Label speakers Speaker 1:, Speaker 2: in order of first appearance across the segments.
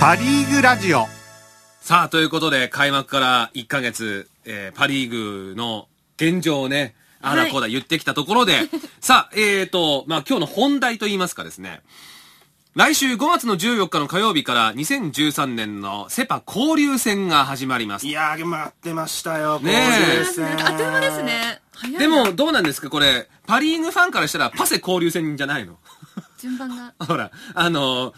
Speaker 1: パ・リーグラジオ
Speaker 2: さあ、ということで、開幕から1ヶ月、えーパリーグの現状をね、あら
Speaker 3: はい
Speaker 2: こうだ言ってきたとこ ろで、さあ、えーと、まあ今日の本題といいますかですね、来週5月の14日の火曜日から2013年のセパ交流戦が始まります
Speaker 4: い。やー、待ってましたよ、
Speaker 2: ねえ
Speaker 4: 交流戦
Speaker 3: あっという間です。ね。早いな
Speaker 2: でも、どうなんですかこれ、パリーグファンからしたらパセ交流戦じゃないの
Speaker 3: 順番が。
Speaker 2: ほら、あの、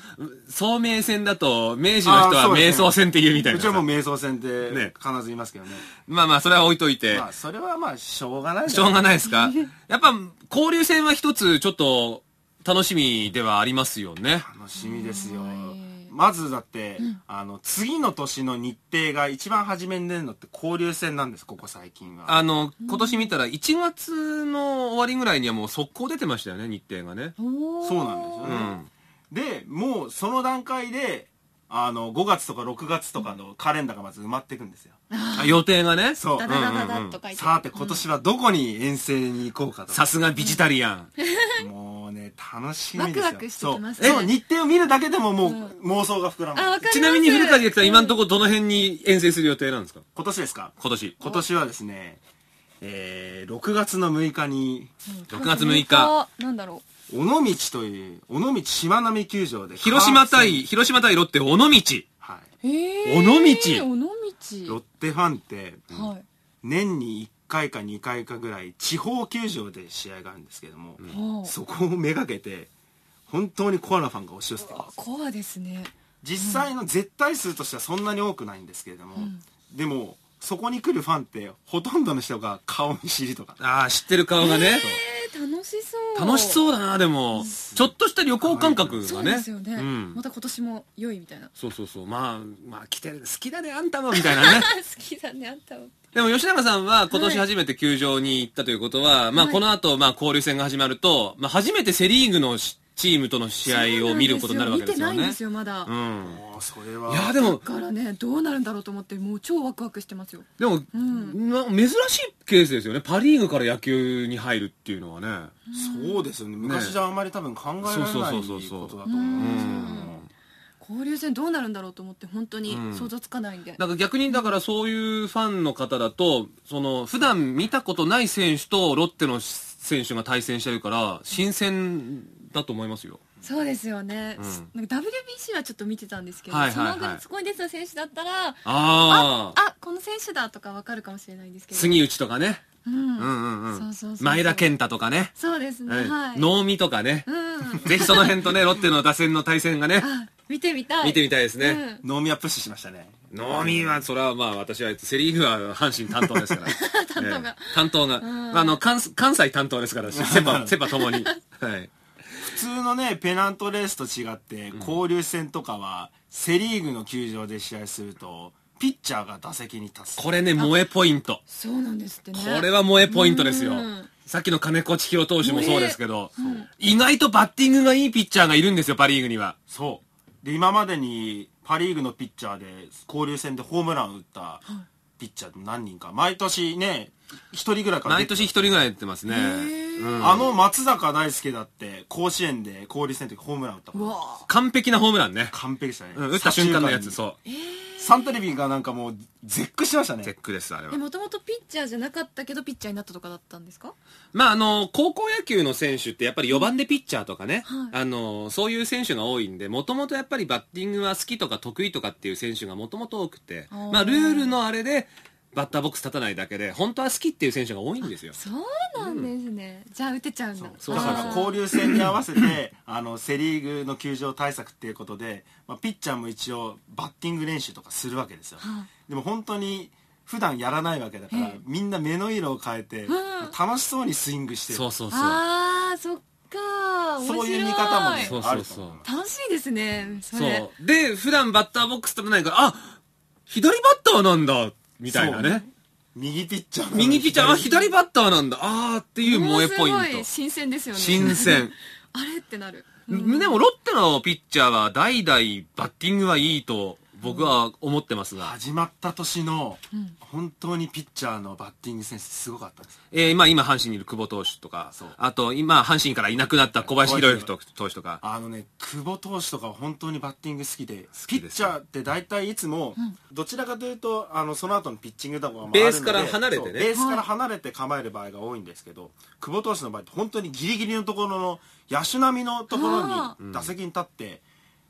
Speaker 2: 聡明戦だと、明治の人
Speaker 4: あーそ
Speaker 2: は
Speaker 4: うで
Speaker 2: 瞑
Speaker 4: すね
Speaker 2: 想戦って言うみたいうな
Speaker 4: ち
Speaker 2: さ。
Speaker 4: はもう瞑想戦で
Speaker 2: ね
Speaker 4: 必ず言いますけどね。
Speaker 2: まあまあ、それは置いといて。
Speaker 4: まあ、それはまあ、しょうがな い
Speaker 2: しょう
Speaker 4: ない。
Speaker 2: がないですかやっぱ、交流戦は一つ、ちょっと、楽しみではありますよね。
Speaker 4: 楽しみですよ。まずだって、あの、次の年の日程が一番初めに出るのって交流戦なんです、ここ最近は。
Speaker 2: あの、今年見たら、1月の終わりぐらいにはもう速攻出てましたよね、日程がね。
Speaker 4: そうなんですよ
Speaker 2: う
Speaker 4: ね。
Speaker 2: ん。
Speaker 4: で、もうその段階で、あの、5月とか6月とかのカレンダーがまず埋まっていくんですよ。
Speaker 2: あ予定がね。
Speaker 4: そう
Speaker 3: ダ。ダダダダッと書いて。
Speaker 4: さて今年はどこに遠征に行こうかと
Speaker 2: さすがビジタリアン。
Speaker 4: もうね楽しみですよ
Speaker 3: ワクワクしてきますね
Speaker 4: そうそう日程を見るだけでももう妄想が膨らむ、
Speaker 3: あ、わかります
Speaker 2: ちなみに古川ディレクター、今のところどの辺に遠征する予定なんですか
Speaker 4: 今年ですか
Speaker 2: 今年。
Speaker 4: 今年はですねえー、6月の6日に
Speaker 2: 6月6日。
Speaker 3: なんだろ
Speaker 4: 尾道という尾道しまなみ球場で
Speaker 2: 広島
Speaker 4: カープ
Speaker 2: 対、広島対ロッテ、尾道。
Speaker 4: 戦は
Speaker 3: う。え
Speaker 2: 尾道
Speaker 3: 尾
Speaker 4: い、ロッ
Speaker 3: 道。
Speaker 4: テファンって
Speaker 3: はい。
Speaker 4: 年に1回か2回かぐらい地方球場で試合があるんですけども、
Speaker 3: は
Speaker 4: そこをめがけて本当にコアなファンが押し寄せてきま
Speaker 3: あ
Speaker 4: す
Speaker 3: コアですね。
Speaker 4: 実際の絶対数としてはそんなに多くないんですけれども、でもそこに来るファンってほとんどの人が顔見知りとか
Speaker 2: ああ、知ってる顔がね。
Speaker 3: えー、楽しそう。
Speaker 2: 楽し
Speaker 3: う。
Speaker 2: そうだな、でも。ちょっとした旅行感覚がね。
Speaker 3: そうですよね。
Speaker 2: うん
Speaker 3: また今年も良いみたいな。
Speaker 2: そうそうそう。まあ、まあ、来てる。好きだね、あんたも、みたいなね
Speaker 3: あ。、好きだね、あんたは。
Speaker 2: でも、吉永さんは今年初めて球場に行ったということは、まあ、
Speaker 3: はい
Speaker 2: この後、まあ、交流戦が始まると、まあ、初めてセリーグのしチームとの試合を見ることになるわけですよ
Speaker 3: 見てないん
Speaker 2: ね
Speaker 3: です。よ、まだ。
Speaker 2: うん。
Speaker 4: もうそれはい
Speaker 2: や、でも
Speaker 3: だ、からね、どうなるんだろうと思って、もう超ワクワクしてますよ。
Speaker 2: でも、な珍しいケースですよね。パリーグから野球に入るっていうのはね。
Speaker 4: そうですよね昔じゃあんまり多分考えられない
Speaker 2: そうそう
Speaker 4: こ
Speaker 2: そうそう
Speaker 4: とだと思うんですけれども
Speaker 3: 交流戦どうなるんだろうと思って、本当に
Speaker 2: うん
Speaker 3: 想像つかないんで。
Speaker 2: なんか逆にだからそういうファンの方だと、その普段見たことない選手とロッテの選手が対戦してるから、新鮮だと思いますよ。
Speaker 3: そうですよね、
Speaker 2: うん
Speaker 3: なんか WBC はちょっと見てたんですけど、
Speaker 2: はいはいはい
Speaker 3: そのぐらいそこに出てた選手だったら
Speaker 2: あ
Speaker 3: あ
Speaker 2: あ、
Speaker 3: この選手だとかわかるかもしれないんですけど、
Speaker 2: 杉内とかね。
Speaker 3: うん
Speaker 2: うんうんうん。
Speaker 3: そうそうそう
Speaker 2: 前田健太とかね。
Speaker 3: そうですね、はい、
Speaker 2: 能見とかね。
Speaker 3: うん、
Speaker 2: ぜひその辺とね、ロッテの打線の対戦がね、
Speaker 3: あ見てみたい
Speaker 2: 見てみたいですね。
Speaker 3: うん、
Speaker 4: 能見はプッシュしましたね
Speaker 2: 能見は、それはまあ私は、セリーグは阪神担当ですから。担
Speaker 3: 当が。
Speaker 2: 担当が。あの、関関西担当ですから、セパ、セパともに。はい。
Speaker 4: 普通のねペナントレースと違って交流戦とかはセ・リーグの球場で試合するとピッチャーが打席に立つ
Speaker 2: これね、萌えポイント。
Speaker 3: そうなんですってね
Speaker 2: これは萌えポイントですよ
Speaker 3: うん。
Speaker 2: さっきの金子千尋投手もそうですけど、意外とバッティングがいいピッチャーがいるんですよ、パ・リーグには。
Speaker 4: そうで今までにパ・リーグのピッチャーで交流戦でホームランを打ったピッチャー何人か毎年ね1人ぐらいから
Speaker 2: 毎
Speaker 4: 出て
Speaker 2: 年一人ぐらい出てますね。うん
Speaker 4: あの松坂大輔だって甲子園で交流戦の時ホームラン打ったから
Speaker 3: うわあ
Speaker 2: 完璧なホームランね。
Speaker 4: 完璧でしたね、
Speaker 2: うん打った瞬間のやつ、
Speaker 4: う
Speaker 2: そ
Speaker 4: サンタレビがなんかもう絶句してました
Speaker 2: う。
Speaker 4: ね
Speaker 2: チェックです、あれは
Speaker 3: え。もともとピッチャーじゃなかったけどピッチャーになったとかだったんですか
Speaker 2: まあ、あの、高校野球の選手ってやっぱり4番でピッチャーとかね、
Speaker 3: はい
Speaker 2: あの、そういう選手が多いんで、もともとやっぱりバッティングは好きとか得意とかっていう選手がもともと多くて、
Speaker 3: あー
Speaker 2: まあ、ルールのあれで、バッターボックス立たないだけで、本当は好きっていう選手が多いんですよ。
Speaker 3: そうなんですね、じゃあ打てちゃうんだ
Speaker 2: そう
Speaker 4: だか
Speaker 2: あー
Speaker 4: ら交流戦に合わせ てあのセ・リーグの球場対策っていうことで、まあ、ピッチャーも一応バッティング練習とかするわけですよ、
Speaker 3: はい
Speaker 4: でも本当に普段やらないわけだから、
Speaker 3: ええ
Speaker 4: みんな目の色を変えて、
Speaker 3: ん
Speaker 4: 楽しそうにスイングしてる
Speaker 2: そうそうそう。
Speaker 3: あーそっか面白い
Speaker 4: そういう見方もね
Speaker 2: そう
Speaker 4: あ
Speaker 2: そう
Speaker 4: る
Speaker 2: そ
Speaker 4: と
Speaker 2: う
Speaker 4: 思いま。
Speaker 3: 楽しいですねそ
Speaker 2: そ
Speaker 3: れ
Speaker 2: う。で、普段バッターボックス立たないから、あ左バッターなんだみたいなね。
Speaker 4: 右ピッチャー
Speaker 2: 右ピッチャー、あ、
Speaker 4: 左
Speaker 2: 左バッターなんだあーっていう萌えポイ
Speaker 3: ものすご
Speaker 2: ン
Speaker 3: い
Speaker 2: ト。
Speaker 3: 新鮮ですよね
Speaker 2: 新鮮。
Speaker 3: あれってなる
Speaker 2: でもロッテのピッチャーは代々バッティングはいいと僕は思ってますが、
Speaker 4: 始まった年の
Speaker 3: ん
Speaker 4: 本当にピッチャーのバッティングセンスすごかったです
Speaker 2: えーまあ今、阪神にいる久保投手とか
Speaker 4: そう、
Speaker 2: あと今、阪神からいなくなった小林宏之
Speaker 4: 小
Speaker 2: 投手とか、
Speaker 4: あのね久保投手とかは本当にバッティング好きでピ
Speaker 2: き
Speaker 4: ッ
Speaker 2: です
Speaker 4: チ
Speaker 2: よ
Speaker 4: ャーって大体いつもどちらかというとあのその後のピッチングとかもあるので
Speaker 2: ベースから離れてね
Speaker 4: そうベースから離れて構える場合が多いんですけど久保投手の場合って本当にギリギリのところの野手並みのとこ
Speaker 3: あ
Speaker 4: ろに打席に立って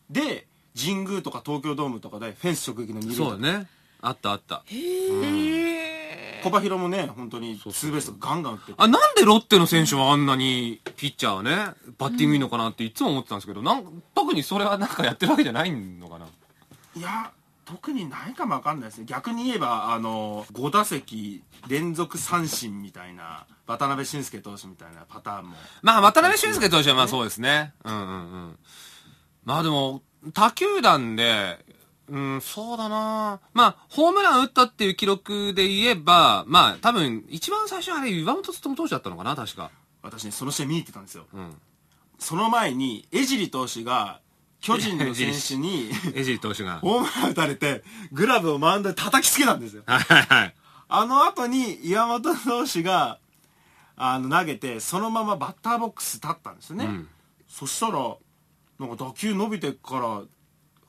Speaker 4: で神宮とか東京ドームとかでフェンス直撃の二塁
Speaker 2: そう
Speaker 4: 打
Speaker 2: だね。あったあった。
Speaker 3: へえ
Speaker 4: 小。葉弘もね本当にツ
Speaker 2: うそう
Speaker 4: ーベースとかガンガン打ってて
Speaker 2: あ、なんでロッテの選手はあんなにピッチャーはね、バッティングいいのかなっていつも思ってたんですけど、なん特にそれはなんかやってるわけじゃないのかな。
Speaker 4: いや特にないかもわかんないですね逆に言えばあの5打席連続三振みたいな渡辺俊介投手みたいなパターンも
Speaker 2: まあ、渡辺俊介投手はまあそうですね。うんうんうん。まあでも、他球団で、うん、そうだなまあ、ホームラン打ったっていう記録で言えば、まあ、多分、一番最初はあれ、岩本勉投手だったのかな、確か。
Speaker 4: 私ねその試合見に行ってたんですよ
Speaker 2: うん。
Speaker 4: その前に江尻投手が巨人の選手に
Speaker 2: 江尻投手が。
Speaker 4: ホームラン打たれてグラブをマウンドで叩きつけたんですよ
Speaker 2: はいはいはい。
Speaker 4: あの後に岩本投手があの投げてそのままバッターボックス立ったんですよね、
Speaker 2: うん
Speaker 4: そしたらなんか打球伸びてから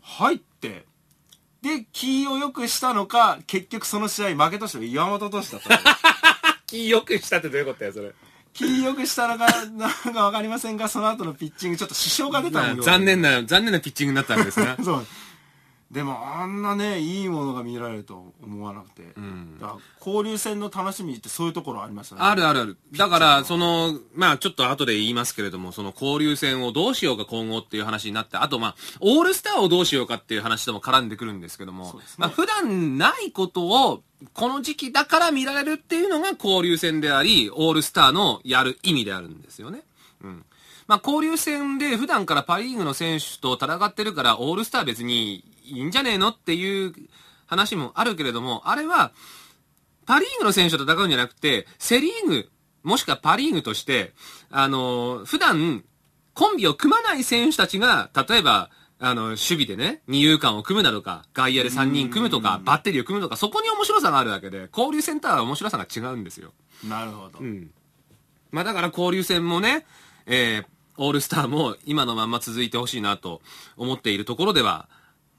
Speaker 4: 入ってで気を良くしたのか結局その試合負け投手が岩本投手だったんですよ
Speaker 2: 気よくしたってどういうことや、それ。
Speaker 4: 気良くしたのかなんか分かりませんがその後のピッチングちょっと支障が出たもんで
Speaker 2: 残念な、残念なピッチングになったわけですね。
Speaker 4: そうでもあんなねいいものが見られると思わなくて、だから交流戦の楽しみってそういうところありましたね
Speaker 2: あるあるある。だから、その、まあちょっと後で言いますけれども、その交流戦をどうしようか今後っていう話になって、あとまあ、オールスターをどうしようかっていう話とも絡んでくるんですけども、
Speaker 4: うですね
Speaker 2: まあ普段ないことを、この時期だから見られるっていうのが交流戦であり、オールスターのやる意味であるんですよね。うん。まあ交流戦で普段からパリーグの選手と戦ってるから、オールスター別にいいんじゃねえのっていう話もあるけれども、あれは、パ・リーグの選手と戦うんじゃなくて、セ・リーグ、もしくはパ・リーグとして、あのー普段、コンビを組まない選手たちが、例えば、あの、守備でね、二遊間を組むなとか、外野で3人組むとか、バッテリーを組むとか、そこに面白さがあるわけで、交流センターは面白さが違うんですよ。
Speaker 4: なるほど、
Speaker 2: うん。まあだから交流戦もね、えーオールスターも今のまんま続いてほしいなと思っているところでは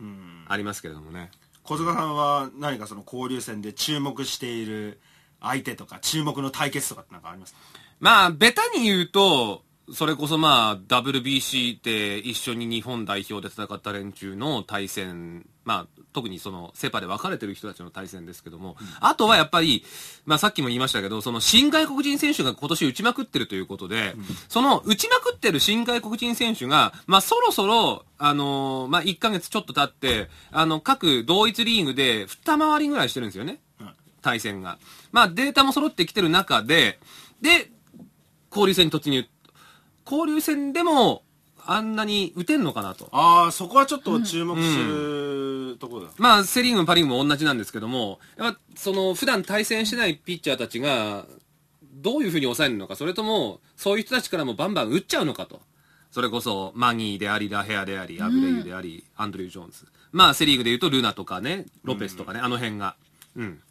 Speaker 4: ん
Speaker 2: ありますけれどもね。
Speaker 4: 小塚さんは何かその交流戦で注目している相手とか注目の対決とかって何かありますか
Speaker 2: まあ、ベタに言うと、それこそまあ、WBC で一緒に日本代表で戦った連中の対戦、まあ、特にその、セパで分かれてる人たちの対戦ですけども、あとはやっぱり、まあさっきも言いましたけど、その新外国人選手が今年打ちまくってるということで、その打ちまくってる新外国人選手が、まあそろそろ、あのーまあ1ヶ月ちょっと経って、あの、各同一リーグで二回りぐらいしてるんですよね。対戦が。まあデータも揃ってきてる中で、で、交流戦に突入。交流戦でも、あんなに打てんのかなと。
Speaker 4: ああそこはちょっと注目するところだ、
Speaker 2: まあ、セリーグもパリーグも同じなんですけども、やっぱ、その、普段対戦してないピッチャーたちが、どういうふうに抑えるのか、それとも、そういう人たちからもバンバン打っちゃうのかと。それこそ、マニーであり、ラヘアであり、アブレイであり、アンドリュー・ジョーンズ。まあ、セリーグで言うと、ルナとかね、ロペスとかね、あの辺が。うん。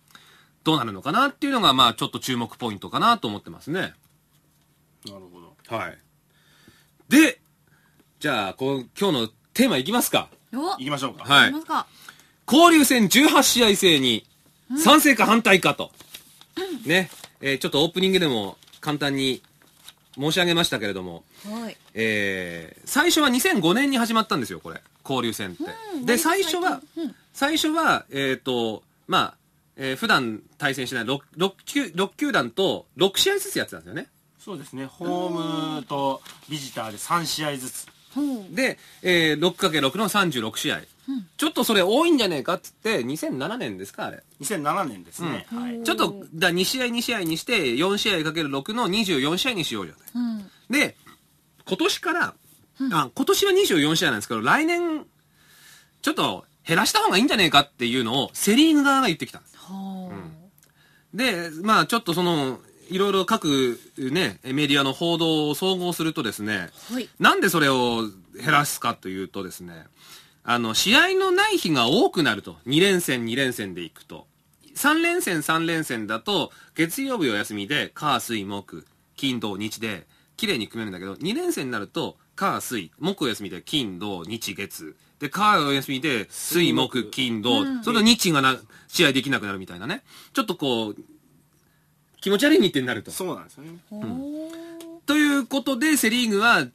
Speaker 2: どうなるのかなっていうのが、まあ、ちょっと注目ポイントかなと思ってますね。
Speaker 4: なるほど
Speaker 2: はい。で、じゃあ、こう今日のテーマいきますか。
Speaker 3: お
Speaker 4: 行きましょうか、
Speaker 2: はい
Speaker 3: いますか。
Speaker 2: 交流戦18試合制に、賛成か反対かと。ね。えーちょっとオープニングでも簡単に申し上げましたけれども、
Speaker 3: はい。
Speaker 2: えー最初は2005年に始まったんですよ、これ。交流戦って。
Speaker 3: ん
Speaker 2: で、
Speaker 3: 割と
Speaker 2: 最初は
Speaker 3: 最近うん、
Speaker 2: 最初は、えっ、と、まあ、えー普段対戦しない 6, 球6球団と6試合ずつやってたんですよね。
Speaker 4: そうですねホームとビジターで3試合ずつ
Speaker 3: ほう。
Speaker 2: で、えー 6×6 の36試合、ちょっとそれ多いんじゃねえかっつって2007年ですかあれ、
Speaker 4: 2007年ですね、
Speaker 3: うん
Speaker 4: はい
Speaker 3: うん
Speaker 2: ちょっとだ2試合2試合にして4試合 ×6 の24試合にしようじゃない
Speaker 3: うん。
Speaker 2: で今年から、あ今年は24試合なんですけど来年ちょっと減らした方がいいんじゃねえかっていうのをセ・リーグ側が言ってきたんです
Speaker 3: はあ。
Speaker 2: で、まあちょっとその、いろいろ各ね、メディアの報道を総合するとですね、
Speaker 3: はい
Speaker 2: なんでそれを減らすかというとですね、あの、試合のない日が多くなると。2連戦、2連戦で行くと。3連戦、3連戦だと、月曜日お休みで、火、水、木、金、土、日で、綺麗に組めるんだけど、2連戦になると、火、水、木お休みで、金、土、日、月。で、火お休みで、水、木、金、土。それと日がな、試合できなくなるみたいなね。ちょっとこう、気持ち悪い日程になると。
Speaker 4: そうなんですよね。
Speaker 3: おー
Speaker 2: ということで、セリーグは、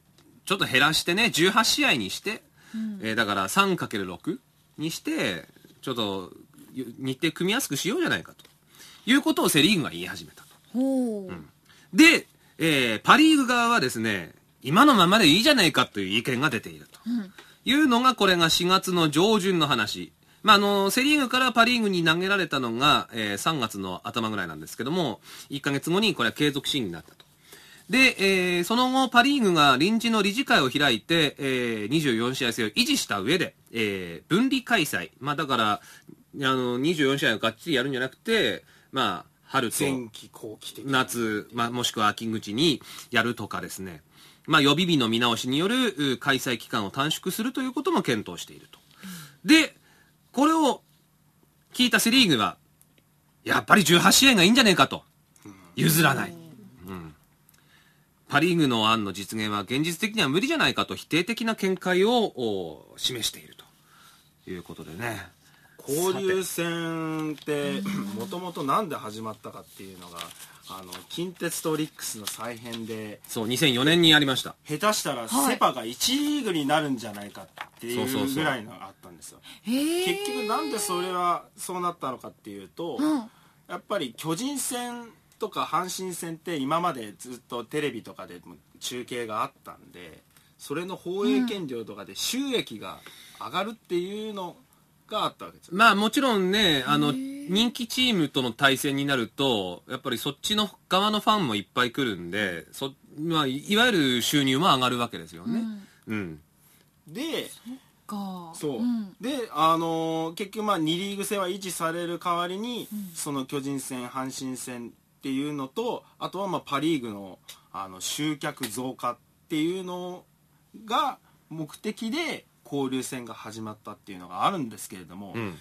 Speaker 2: ちょっと減らしてね、18試合にして、えーだから 3×6 にして、ちょっと、ゆ日程組みやすくしようじゃないかと。いうことをセリーグが言い始めたと。
Speaker 3: ほう
Speaker 2: で、えーパリーグ側はですね、今のままでいいじゃないかという意見が出ていると。いうのが、これが4月の上旬の話。まあ、あの、セリーグからパリーグに投げられたのが、えー3月の頭ぐらいなんですけども、1ヶ月後にこれは継続審議になったと。で、えーその後、パリーグが臨時の理事会を開いて、えー24試合制を維持した上で、えー分離開催。まあ、だから、あの、24試合をがっちりやるんじゃなくて、まあ、春と
Speaker 4: 前期後期的な。
Speaker 2: 夏、まあ、もしくは秋口にやるとかですね、まあ、予備日の見直しによるう開催期間を短縮するということも検討していると。で、これを聞いたセ・リーグは、やっぱり18試合がいいんじゃねえかと。譲らない。うんパ・リーグの案の実現は現実的には無理じゃないかと否定的な見解をお示しているということでね。
Speaker 4: 交流戦ってもともとなんで始まったかっていうのがあの近鉄とオリックスの再編で
Speaker 2: そう、2004年にやりました。
Speaker 4: 下手したら
Speaker 3: はい
Speaker 4: セ・パが1リーグになるんじゃないかってい
Speaker 2: そうそうそう
Speaker 4: うぐらいのがあったんですよ
Speaker 3: へえ
Speaker 4: 結局なんでそれはそうなったのかっていうと、
Speaker 3: うん
Speaker 4: やっぱり巨人戦とか阪神戦って今までずっとテレビとかでも中継があったんでそれの放映権料とかで収益が上がるっていうのがあったわけですよ、
Speaker 2: まあもちろんね、あの、
Speaker 3: へー
Speaker 2: 人気チームとの対戦になると、やっぱりそっちの側のファンもいっぱい来るんで、そ、まあ、いいわゆる収入も上がるわけですよね。うん。
Speaker 4: で
Speaker 3: か
Speaker 4: そう、
Speaker 3: ん
Speaker 4: で、あのー結局まあ2リーグ制は維持される代わりに、その巨人戦阪神戦っていうのとあとはまあパ・リーグのあの集客増加っていうのが目的で交流戦が始まったっていうのがあるんですけれども、
Speaker 2: うん。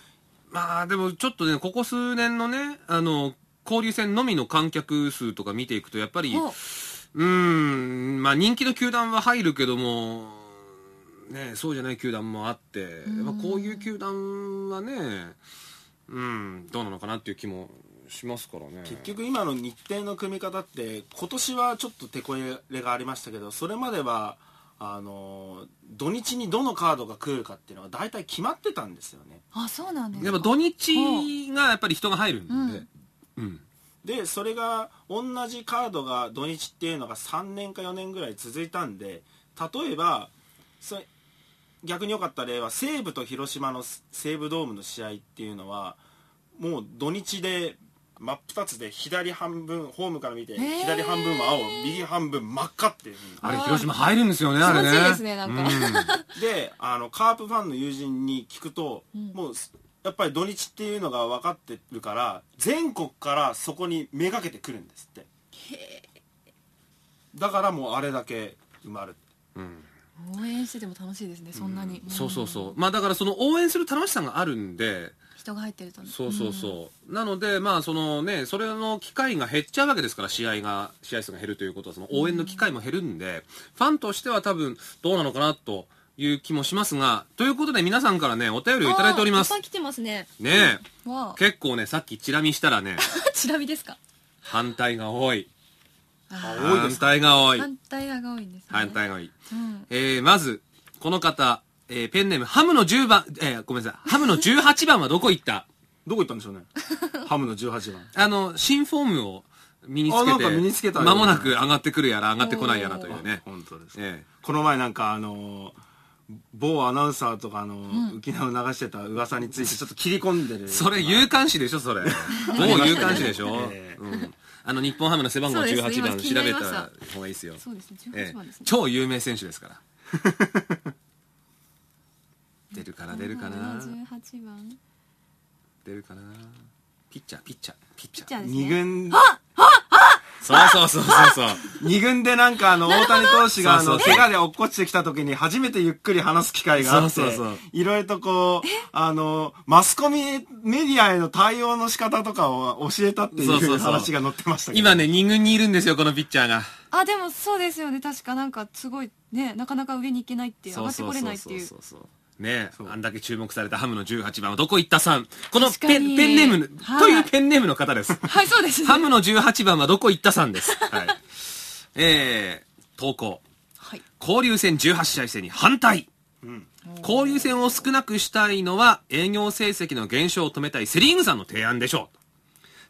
Speaker 2: まあでもちょっとね、ここ数年のね、あの、交流戦のみの観客数とか見ていくと、やっぱり、
Speaker 3: お
Speaker 2: うーん、まあ人気の球団は入るけども、ね、そうじゃない球団もあって、やっぱこういう球団はね、うん、どうなのかなっていう気もしますからね。
Speaker 4: 結局今の日程の組み方って今年はちょっと手こ入れがありましたけどそれまではあのー土日にどのカードが来るかっていうのは大体決まってたんですよね。
Speaker 3: あそうなんですか
Speaker 2: やっぱ土日がやっぱり人が入るんで、うん
Speaker 4: でそれが同じカードが土日っていうのが3年か4年ぐらい続いたんで例えばそれ逆に良かった例は西武と広島の西武ドームの試合っていうのはもう土日で真っ二つで左半分ホームから見て
Speaker 3: ー
Speaker 4: 左半分は青右半分真っ赤っていう
Speaker 2: あれ広島入るんですよねあれね
Speaker 3: 気持ちいいですねなんか
Speaker 4: であのカープファンの友人に聞くと、もうやっぱり土日っていうのが分かってるから全国からそこにめがけてくるんですってだからもうあれだけ埋まる
Speaker 2: うんうん
Speaker 3: 応援してても楽しいですねそんなに、
Speaker 2: そうそう
Speaker 3: う
Speaker 2: そうまあだからその応援する楽しさがあるんで
Speaker 3: ん人が入ってるとね
Speaker 2: そうそうそう、なのでまあそのねそれの機会が減っちゃうわけですから試合が試合数が減るということはその応援の機会も減るんで、ファンとしては多分どうなのかなという気もしますがということで皆さんからねお便りをいただいておりま
Speaker 3: あ
Speaker 2: す
Speaker 3: ーいっぱい来てますね
Speaker 2: ねえ
Speaker 3: えわあ
Speaker 2: 結構ねさっきチラ見したらね
Speaker 3: チラ見ですか
Speaker 2: 反対が多い
Speaker 3: あ
Speaker 4: 多いで
Speaker 2: 反
Speaker 4: す
Speaker 2: 対が多
Speaker 3: ー
Speaker 2: い
Speaker 3: 反対側が多いんですね
Speaker 2: 反対が多い
Speaker 3: うん
Speaker 2: えー、まず、この方、えーペンネーム、ハムの10番、えーごめんなさい、ハムの18番はどこ行った
Speaker 4: どこ行ったんでしょうねハムの18番
Speaker 2: あの、新フォームを身につけ
Speaker 4: あなん
Speaker 2: て、
Speaker 4: か身につけたよね
Speaker 2: 間もなく上がってくるやら、上がってこないやらというね。
Speaker 4: 本当です、
Speaker 2: え
Speaker 4: この前なんかあの某アナウンサーとかあの、浮き名を流してた噂についてちょっと切り込んでる
Speaker 2: ーそれ、有刊誌でしょ、それ。某有刊誌でしょ。
Speaker 4: ええ
Speaker 2: うん。あの、日本ハムの背番号
Speaker 3: そうです
Speaker 2: 18番
Speaker 3: 今
Speaker 2: 調
Speaker 3: 気にな
Speaker 2: べ
Speaker 3: り
Speaker 2: た
Speaker 3: ました
Speaker 2: 方がいいですよ。
Speaker 3: そうですね
Speaker 2: え
Speaker 3: 18番
Speaker 2: え
Speaker 3: ですね、
Speaker 2: 超有名選手ですから。 出るかな、出るかな。
Speaker 3: 18番
Speaker 2: 出るかな。ピッチャー、ピッチャー、ピッチャー。
Speaker 3: ピッチャーですね
Speaker 4: 二軍
Speaker 2: そうそうそうそうそう。
Speaker 4: 二軍でなんかあの大谷投手があ
Speaker 2: そうそ
Speaker 4: の
Speaker 2: うそう
Speaker 4: 怪我で落っこちてきた時に初めてゆっくり話す機会があって
Speaker 2: そうそうそう
Speaker 4: いろいろとこうあのマスコミメディアへの対応の仕方とかを教えたってい
Speaker 2: そうそうそう
Speaker 4: う話が載ってましたけど
Speaker 2: 今ね、二軍にいるんですよ、このピッチャーが。
Speaker 3: あでもそうですよね確かなんかすごいねなかなか上に行けないっていう上がってこれないっていう
Speaker 2: そうそうそうそうねえあんだけ注目されたハムの18番はどこ行ったさんこの
Speaker 3: 確か
Speaker 2: ペン
Speaker 3: に
Speaker 2: ペンネーム、
Speaker 3: はい
Speaker 2: というペンネームの方です
Speaker 3: はいそうですね
Speaker 2: ハムの18番はどこ行ったさんです。はい。えー、投稿。
Speaker 3: はい
Speaker 2: 交流戦18試合制に反対。
Speaker 4: うん
Speaker 2: 交流戦を少なくしたいのは営業成績の減少を止めたいセリーグさんの提案でしょう。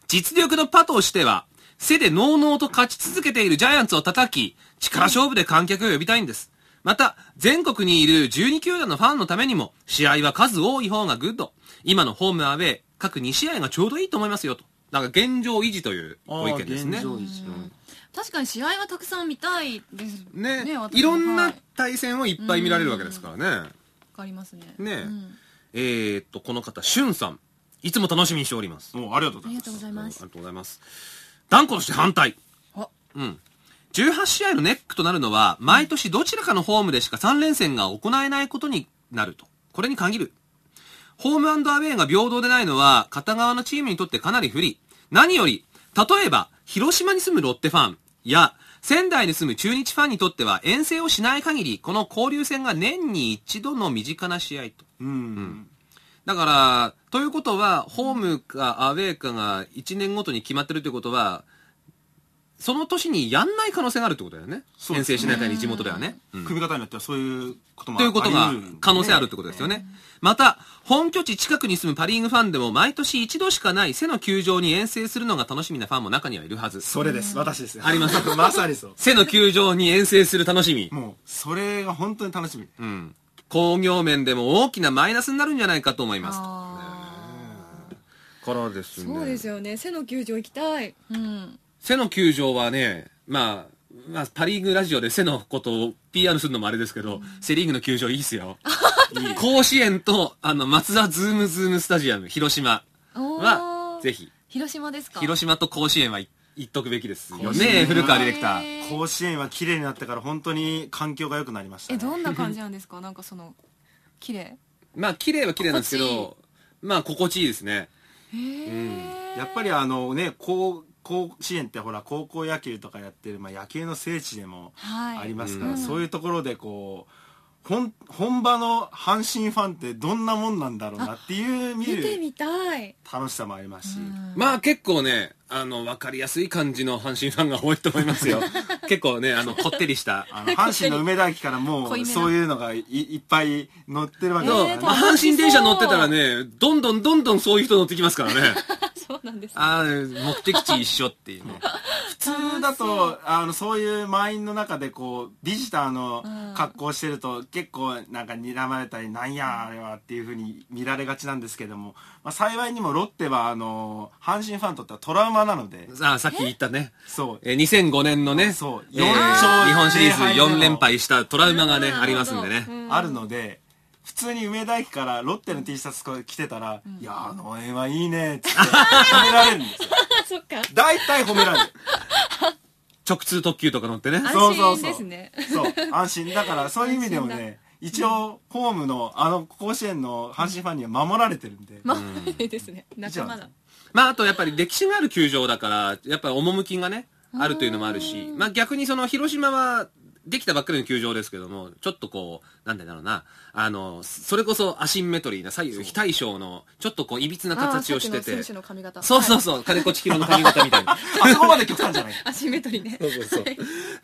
Speaker 2: 実力のパとしては、背でノーノーと勝ち続けているジャイアンツを叩き、力勝負で観客を呼びたいんです。また、全国にいる12球団のファンのためにも、試合は数多い方がグッド。今のホームアウェイ、各2試合がちょうどいいと思いますよと。なんか現状維持というご意見ですね
Speaker 4: あ。ー現状維持うん
Speaker 3: 確かに試合はたくさん見たいです
Speaker 2: ね
Speaker 3: 私も
Speaker 2: いろん
Speaker 3: は
Speaker 2: ない
Speaker 3: わ
Speaker 2: 対戦をいっぱい見られるわけですからね。
Speaker 3: かりますね
Speaker 2: ね
Speaker 3: うん
Speaker 2: えー、っと、この方、しゅんさん。いつも楽しみにしております。
Speaker 4: もうありがとうご
Speaker 3: あ
Speaker 4: ざい
Speaker 3: り
Speaker 4: ま
Speaker 3: が
Speaker 4: す
Speaker 3: と
Speaker 2: ありが
Speaker 3: うございます
Speaker 2: とうございます。断固として反対。
Speaker 3: あ
Speaker 2: うん。18試合のネックとなるのは、毎年どちらかのホームでしか3連戦が行えないことになると。これに限る。ホームアウェイが平等でないのは、片側のチームにとってかなり不利。何より、例えば、広島に住むロッテファンや、仙台に住む中日ファンにとっては、遠征をしない限り、この交流戦が年に一度の身近な試合と。
Speaker 4: うん、
Speaker 2: だから、ということは、ホームかアウェーかが1年ごとに決まってるということは、その年にやんない可能性があるってことだよね。
Speaker 4: そう
Speaker 2: 遠
Speaker 4: ですね
Speaker 2: 征しない限り地元ではね。うん
Speaker 4: 組み方によってはそういうことも
Speaker 2: ということが
Speaker 4: あり得るんで
Speaker 2: 可能性あるってことですよね。また、本拠地近くに住むパリーグファンでも毎年一度しかない背の球場に遠征するのが楽しみなファンも中にはいるはず。
Speaker 4: それです私ですね
Speaker 2: あります
Speaker 4: まさにそう
Speaker 2: 背の球場に遠征する楽しみ。
Speaker 4: もうそれが本当に楽しみ、
Speaker 2: うん。工業面でも大きなマイナスになるんじゃないかと思います。
Speaker 3: あ
Speaker 2: からです
Speaker 3: ーそうですよね背の球場行きたいうん
Speaker 2: 背の球場はね、まあ、まあ、パ・リーグラジオで背のことを PR するのもあれですけど、セ・リーグの球場いいっすよ。
Speaker 4: いい
Speaker 2: 甲子園と、あの、松田ズームズームスタジアム、広島
Speaker 3: お
Speaker 2: は、
Speaker 3: ー
Speaker 2: ぜひ、
Speaker 3: 広島ですか
Speaker 2: 広島と甲子園は行っとくべきですよ
Speaker 4: 甲子園
Speaker 2: ね、
Speaker 4: は
Speaker 2: 古川ディレクター。
Speaker 3: へ
Speaker 4: 甲子園は綺麗になってから本当に環境が良くなりました、
Speaker 3: え
Speaker 4: ね、
Speaker 3: どんな感じなんですかなんかその綺麗
Speaker 2: まあ、綺麗は綺麗なんですけ
Speaker 3: 心
Speaker 2: ど、まあ、心地いいですね。
Speaker 3: へえ、
Speaker 4: やっぱりあのね高甲子園ってほら高校野球とかやってる、まあ、野球の聖地でも
Speaker 3: はい、
Speaker 4: ありますから、
Speaker 2: うん
Speaker 4: そういうところでこう本本場の阪神ファンってどんなもんなんだろうなっていう見
Speaker 3: 見て
Speaker 4: る
Speaker 3: みたい、
Speaker 4: 楽しさもありますし、
Speaker 2: まあ結構ね、あの、わかりやすい感じの阪神ファンが多いと思います よ。結構ね、あの、こってりした。
Speaker 4: あの阪神の梅田駅からも
Speaker 3: 濃いうめな
Speaker 4: そういうのがいいっぱい乗ってるわけです
Speaker 2: そう
Speaker 4: から
Speaker 3: ー
Speaker 4: ね
Speaker 2: まあ阪神電車乗ってたらね、どんどんどんどんそういう人乗ってきますからね。
Speaker 3: そうなんです
Speaker 2: ああ、目的地一緒っていう ね。
Speaker 4: 普通だとあのそういう満員の中でこうビジターの
Speaker 3: うん
Speaker 4: 格好してると結構なんか睨まれたりなんやあれはっていうふうに見られがちなんですけども、まあ、幸いにもロッテはあの阪神ファンにとってはトラウマなので
Speaker 2: さあ、さっき言ったね。
Speaker 4: そう
Speaker 2: えー2005年のね、
Speaker 4: そう
Speaker 2: えー
Speaker 4: 四勝
Speaker 2: 日本シリーズ
Speaker 4: 零敗での
Speaker 2: 4連敗したトラウマがね、ありますんでね。
Speaker 4: あるので普通に梅田駅からロッテの T シャツこう着てたら「いやーあの応援はいいね」っつって褒められるんですよ
Speaker 3: あそっか
Speaker 4: 大体褒められる
Speaker 2: 直通特急とか乗ってね。
Speaker 3: 安
Speaker 4: そうそうそ
Speaker 3: 心
Speaker 4: う
Speaker 3: ですね
Speaker 4: そう安心だからそういう意味でも
Speaker 3: 安
Speaker 4: ね一応ホームのあの甲子園の阪神ファンには守られてるんで、
Speaker 3: まあ いいですね仲間だ
Speaker 2: まああとやっぱり歴史がある球場だから、やっぱり趣がね、あるというのもあるし、まあ逆にその広島は、できたばっかりの球場ですけども、ちょっとこう、なんでだろうな、あの、それこそアシンメトリーな左右非対称の、ちょっとこう、いびつな形をして
Speaker 3: あーさっきの
Speaker 2: て
Speaker 3: 選手、の髪型
Speaker 2: そうそう
Speaker 3: はい
Speaker 2: そう、金子千尋の髪型みたいな。
Speaker 4: あそこまで極端じゃない
Speaker 3: アシンメトリーねはい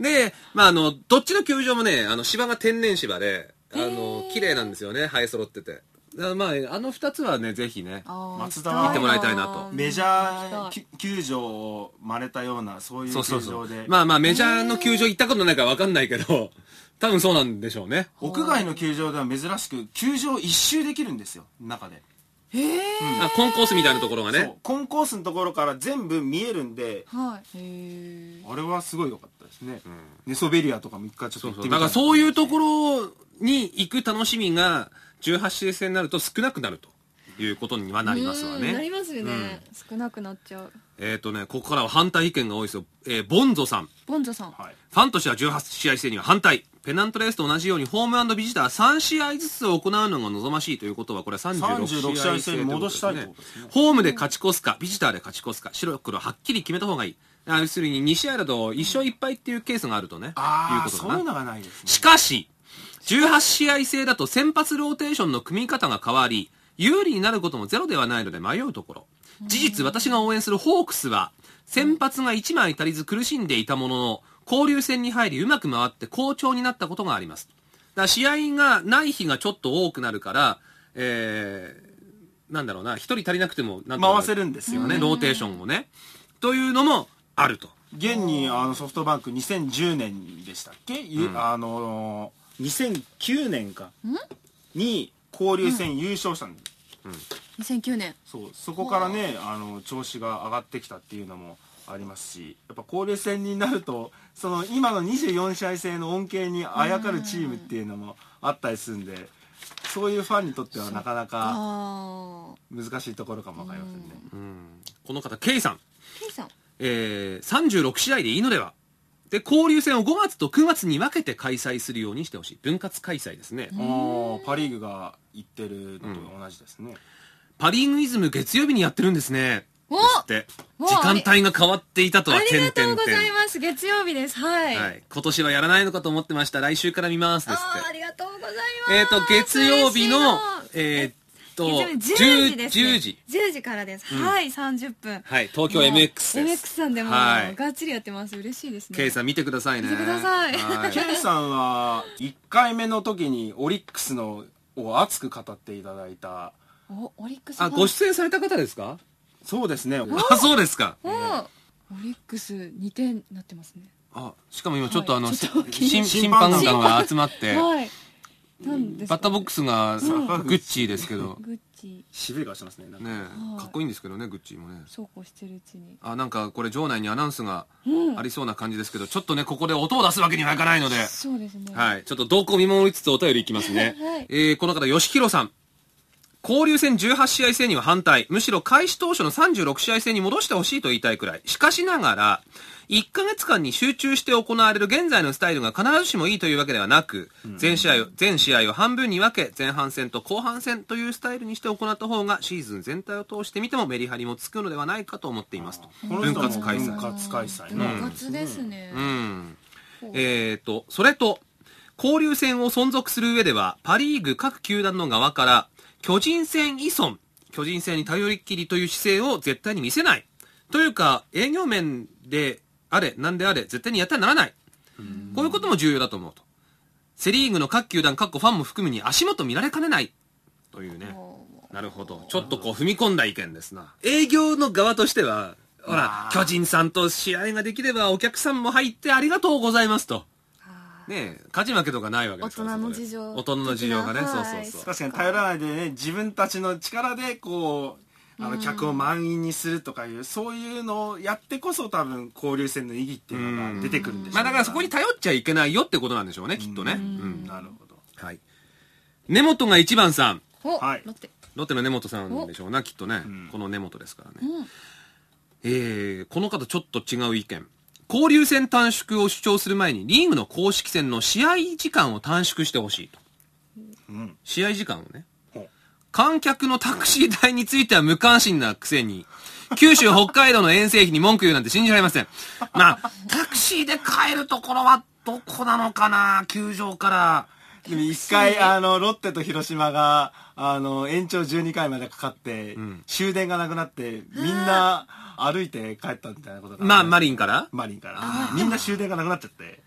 Speaker 2: で、まあ、あの、どっちの球場もね、あの、芝が天然芝で、あの、綺麗なんですよね、生え揃ってて。だからまあ、あの二つはね、ぜひね。
Speaker 3: あー
Speaker 4: 松田は行って
Speaker 2: もらいたいなと
Speaker 4: メジ
Speaker 3: 行
Speaker 4: ャー
Speaker 3: きたい
Speaker 4: き球場を真似たようなそういう
Speaker 2: そうそ
Speaker 4: 球
Speaker 2: うそ
Speaker 4: 場
Speaker 2: う
Speaker 4: で。
Speaker 2: まあまあ、メジャーの球場行ったことないからわかんないけど、 多分そうなんでしょうね。
Speaker 4: 屋外の球場では珍しく球場を一周できるんですよ中で、
Speaker 3: へえ
Speaker 2: あコンコースみたいなところが
Speaker 4: そう
Speaker 2: ね。
Speaker 4: コンコースのところから全部見えるんで
Speaker 3: はいへえ
Speaker 4: あれはすごい良かったですね、ネソベリアとかも一回ちょっと
Speaker 2: そ
Speaker 4: 行
Speaker 2: う
Speaker 4: っ
Speaker 2: そ
Speaker 4: て
Speaker 2: う
Speaker 4: みた
Speaker 2: だ
Speaker 4: い
Speaker 2: からそういうところに行く楽しみが、18試合制になると少なくなると。いうことにはなりますわ
Speaker 3: うんなり
Speaker 2: ね。
Speaker 3: ますよね、
Speaker 2: うん
Speaker 3: 少なくなっちゃう
Speaker 2: えっ、とね、ここからは反対意見が多いですよ。えーボンゾさん。
Speaker 3: ボンゾさん、
Speaker 4: はい
Speaker 2: ファンとしては18試合制には反対。ペナントレースと同じようにホームビジター3試合ずつ行うのが望ましいということは、これは36
Speaker 4: 36
Speaker 2: 試
Speaker 4: 試
Speaker 2: 合
Speaker 4: 合
Speaker 2: 制
Speaker 4: 制
Speaker 2: に
Speaker 4: に
Speaker 2: 戻
Speaker 4: 戻
Speaker 2: し
Speaker 4: したた
Speaker 2: い
Speaker 4: い
Speaker 2: とい
Speaker 4: というう
Speaker 2: こで
Speaker 4: こととですす
Speaker 2: ね
Speaker 4: ね。
Speaker 2: ホームで勝ち越すか、ビジターで勝ち越すか、白黒はっきり決めた方がいい。あ要するに2試合だと1勝1敗っていうケースがあるとね、いうこ
Speaker 4: ああ
Speaker 2: とだ
Speaker 4: そ
Speaker 2: な
Speaker 4: ういうのがないですね
Speaker 2: しかし、18試合制だと先発ローテーションの組み方が変わり、有利になることもゼロではないので迷うところ。事実、私が応援するホークスは、先発が1枚足りず苦しんでいたものの、交流戦に入りうまく回って好調になったことがあります。だから試合がない日がちょっと多くなるから、えー、なんだろうな、1人足りなくても、なんとかな
Speaker 4: 回せるんですよね
Speaker 2: ね、ローテーションをね。というのもあると。
Speaker 4: 現にあのソフトバンク2010年でしたっけ、ゆあのー2009年かに交流戦優勝したんです、
Speaker 3: 2009年
Speaker 4: そうそこからねあの調子が上がってきたっていうのもありますしやっぱ交流戦になるとその今の24試合制の恩恵にあやかるチームっていうのもあったりするんでそういうファンにとってはなかなか
Speaker 3: ああ
Speaker 4: 難しいところかもわかりませんね
Speaker 2: うんこの方、ケイさん。
Speaker 3: ケイさん
Speaker 2: えー36試合でいいのではで交流戦を5月と9月に分けて開催するようにしてほしい分割開催ですね、
Speaker 4: おーパ・リーグが言ってるのと同じですね、
Speaker 2: パ・リーグイズム月曜日にやってるんですね
Speaker 3: お
Speaker 2: ですって
Speaker 3: お
Speaker 2: 時間帯が変わっていたとは
Speaker 3: ありがとうござい
Speaker 2: は
Speaker 3: ます月曜日ですはい、
Speaker 2: い、今年はやらないのかと思ってました来週から見ますです
Speaker 3: あああ
Speaker 2: って
Speaker 3: りがとうございます
Speaker 2: えっ、と月曜日のえーっと
Speaker 3: 月曜日10時です、ね、
Speaker 2: 10時
Speaker 3: 10時からです、はい30分
Speaker 2: はい東京
Speaker 3: もう
Speaker 2: MX です
Speaker 3: さんでも
Speaker 2: はい
Speaker 3: がっちりやってます嬉しいですね
Speaker 2: K さん見てくださいね
Speaker 3: 見てください
Speaker 2: は
Speaker 4: K さんは1回目の時にオリックスのを熱く語っていただいた
Speaker 3: おオリックスファ
Speaker 2: あ
Speaker 3: ン
Speaker 2: ご出演された方ですか
Speaker 4: そうですね
Speaker 2: あそうですか
Speaker 3: おオリックス2点なってますね
Speaker 2: あしかも今ちょっとあの、
Speaker 3: はいちょっと
Speaker 2: し審審判団が集まって、
Speaker 3: はいなんですか
Speaker 2: バッターボックスが
Speaker 4: うん
Speaker 2: グッチーですけど、
Speaker 3: グッチ
Speaker 4: しびれがしますねなんか
Speaker 2: ねえ
Speaker 3: い
Speaker 2: かっこいいんですけどねグッチーもね
Speaker 3: そうこうしてるうちに
Speaker 2: あなんかこれ場内にアナウンスが
Speaker 3: うん
Speaker 2: ありそうな感じですけど、ちょっとねここで音を出すわけにはいかないので、
Speaker 3: そうですねい
Speaker 2: はいちょっと動向を見守りつつお便りいきますね、
Speaker 3: はい
Speaker 2: えーこの方吉弘さん交流戦18試合制には反対。むしろ開始当初の36試合制に戻してほしいと言いたいくらい。しかしながら、1ヶ月間に集中して行われる現在のスタイルが必ずしもいいというわけではなく、全試合を、全試合を半分に分け、前半戦と後半戦というスタイルにして行った方が、シーズン全体を通してみてもメリハリもつくのではないかと思っていますと。
Speaker 4: この
Speaker 2: 分
Speaker 4: 人も
Speaker 2: 割開催
Speaker 4: 分。割開催
Speaker 3: 部活ですね
Speaker 2: うん。えー、と、それと、交流戦を存続する上では、パリーグ各球団の側から、巨人戦依存、巨人戦に頼りっきりという姿勢を絶対に見せない。というか、営業面であれ、なんであれ、絶対にやってはならない。こういうことも重要だと思うと。セリーグの各球団、各個ファンも含むに足元見られかねない。というね。なるほど。ちょっとこう踏み込んだ意見ですな。営業の側としては、ほら
Speaker 4: まあ、
Speaker 2: 巨人さんと試合ができればお客さんも入ってありがとうございますと。
Speaker 3: あ
Speaker 2: ねえ、勝ち負けとかないわけですから
Speaker 3: 大人の
Speaker 2: そこで
Speaker 3: 事情
Speaker 2: 大人の事情がね、
Speaker 3: 的
Speaker 2: そ
Speaker 3: な
Speaker 2: うそう
Speaker 3: はい
Speaker 2: そう。
Speaker 4: 確かに頼らないでね自分たちの力でこうあの客を満員にするとかいう、そういうのをやってこそ多分交流戦の意義っていうのが出てくるんでしょうね
Speaker 2: まあだからそこに頼っちゃいけないよってことなんでしょうね、きっとね。う
Speaker 4: うん
Speaker 2: ん。
Speaker 4: なるほど
Speaker 2: はい。根本が一番さん。
Speaker 3: ーお
Speaker 4: はい
Speaker 3: ロッテ
Speaker 2: ロッテの根本さんでしょうな、きっとね
Speaker 4: ん。
Speaker 2: この根本ですからね。
Speaker 3: うん
Speaker 2: えーこの方ちょっと違う意見。交流戦短縮を主張する前に、リーグの公式戦の試合時間を短縮してほしいと。
Speaker 4: うん
Speaker 2: 試合時間をね。
Speaker 4: ほう
Speaker 2: 観客のタクシー代については無関心なくせに、九州、北海道の遠征費に文句言うなんて信じられません。まあ、タクシーで帰るところはどこなのかな球場から。
Speaker 4: でも一回あのロッテと広島があの延長12回までかかって、終電がなくなってみんな歩いて帰ったみたいなことが
Speaker 2: まあ、マリンから
Speaker 4: マリンからみんな終電がなくなっちゃって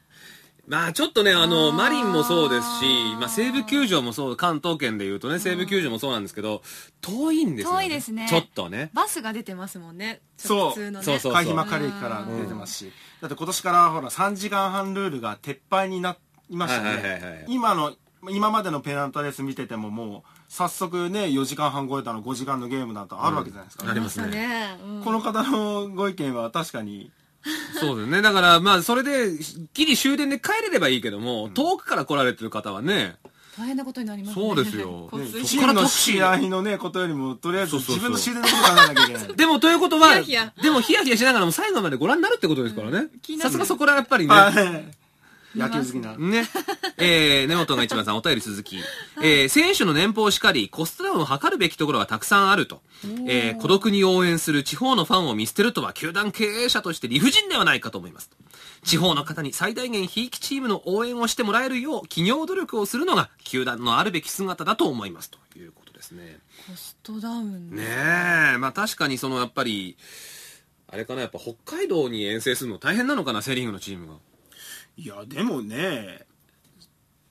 Speaker 2: まあちょっとね、あの、
Speaker 3: あー
Speaker 2: マリンもそうですし、まあ西部球場もそう、関東圏で言うとね、西部球場もそうなんですけど、遠いんですよ、ね。
Speaker 3: 遠いですね
Speaker 2: ちょっとね。
Speaker 3: バスが出てますもんね
Speaker 4: そう
Speaker 3: 普通のね
Speaker 2: そうそう
Speaker 4: 会費マカレイから出てますし、だって今年からほら3時間半ルールが撤廃になりましたね、
Speaker 2: はいはいはいはい
Speaker 4: 今の今までのペナントレース見ててももう早速ね4時間半超えたの5時間のゲームなんてあるわけじゃないですか、
Speaker 2: うんあり
Speaker 3: 出
Speaker 2: ま
Speaker 3: ますしたねうん
Speaker 4: この方のご意見は確かに
Speaker 2: そうだよね。だから、まあそれで、ギリ終電で帰れればいいけども、遠くから来られてる方はね、
Speaker 3: 大変なことになりますね
Speaker 2: そうですよ
Speaker 3: 交通費
Speaker 4: チームの試合のね、ことよりも、とりあえず
Speaker 2: そうそうそう
Speaker 4: 自分の終電のこと考えなきゃいけない。
Speaker 2: でも、ということは、
Speaker 3: ヒヤヒヤ
Speaker 2: でもヒヤヒヤしながらも最後までご覧になるってことですからね
Speaker 3: 気。になる
Speaker 2: さすがそこらやっ ぱりね。
Speaker 4: はい野球好きな。
Speaker 2: ね。えー、根本が一番さん、お便り続き。えー、選手の年俸しかり、コストダウンを図るべきところがたくさんあると。えー、孤独に応援する地方のファンを見捨てるとは、球団経営者として理不尽ではないかと思います。地方の方に最大限ひいきチームの応援をしてもらえるよう、企業努力をするのが、球団のあるべき姿だと思います。ということですね。
Speaker 3: コストダウン
Speaker 2: ねえ、まあ確かにその、やっぱり、あれかな、やっぱ北海道に遠征するの大変なのかな、セリーグのチームが。
Speaker 4: いや、でもね、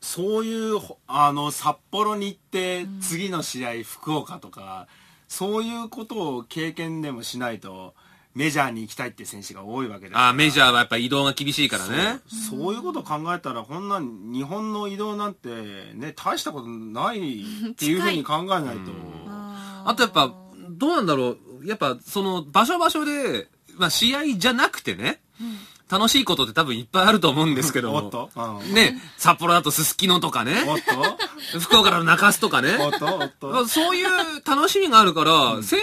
Speaker 4: そういう、ほあの、札幌に行って、次の試合、福岡とか、そういうことを経験でもしないと、メジャーに行きたいって選手が多いわけですから
Speaker 2: あーメジャーはやっぱ移動が厳しいからね。
Speaker 4: そういうことを考えたら、こんな日本の移動なんて、ね、大したことないっていうふうに考えないと。
Speaker 3: あー
Speaker 2: あとやっぱ、どうなんだろう。やっぱ、その、場所場所で、まあ、試合じゃなくてね、楽しいことって多分いっぱいあると思うんですけども。
Speaker 4: おっとうん
Speaker 2: ね、札幌だとすすきのとかね、
Speaker 4: おっと
Speaker 2: 福岡だと中洲とかね。
Speaker 4: おっとおっ
Speaker 2: まあ
Speaker 4: と
Speaker 2: そういう楽しみがあるから、選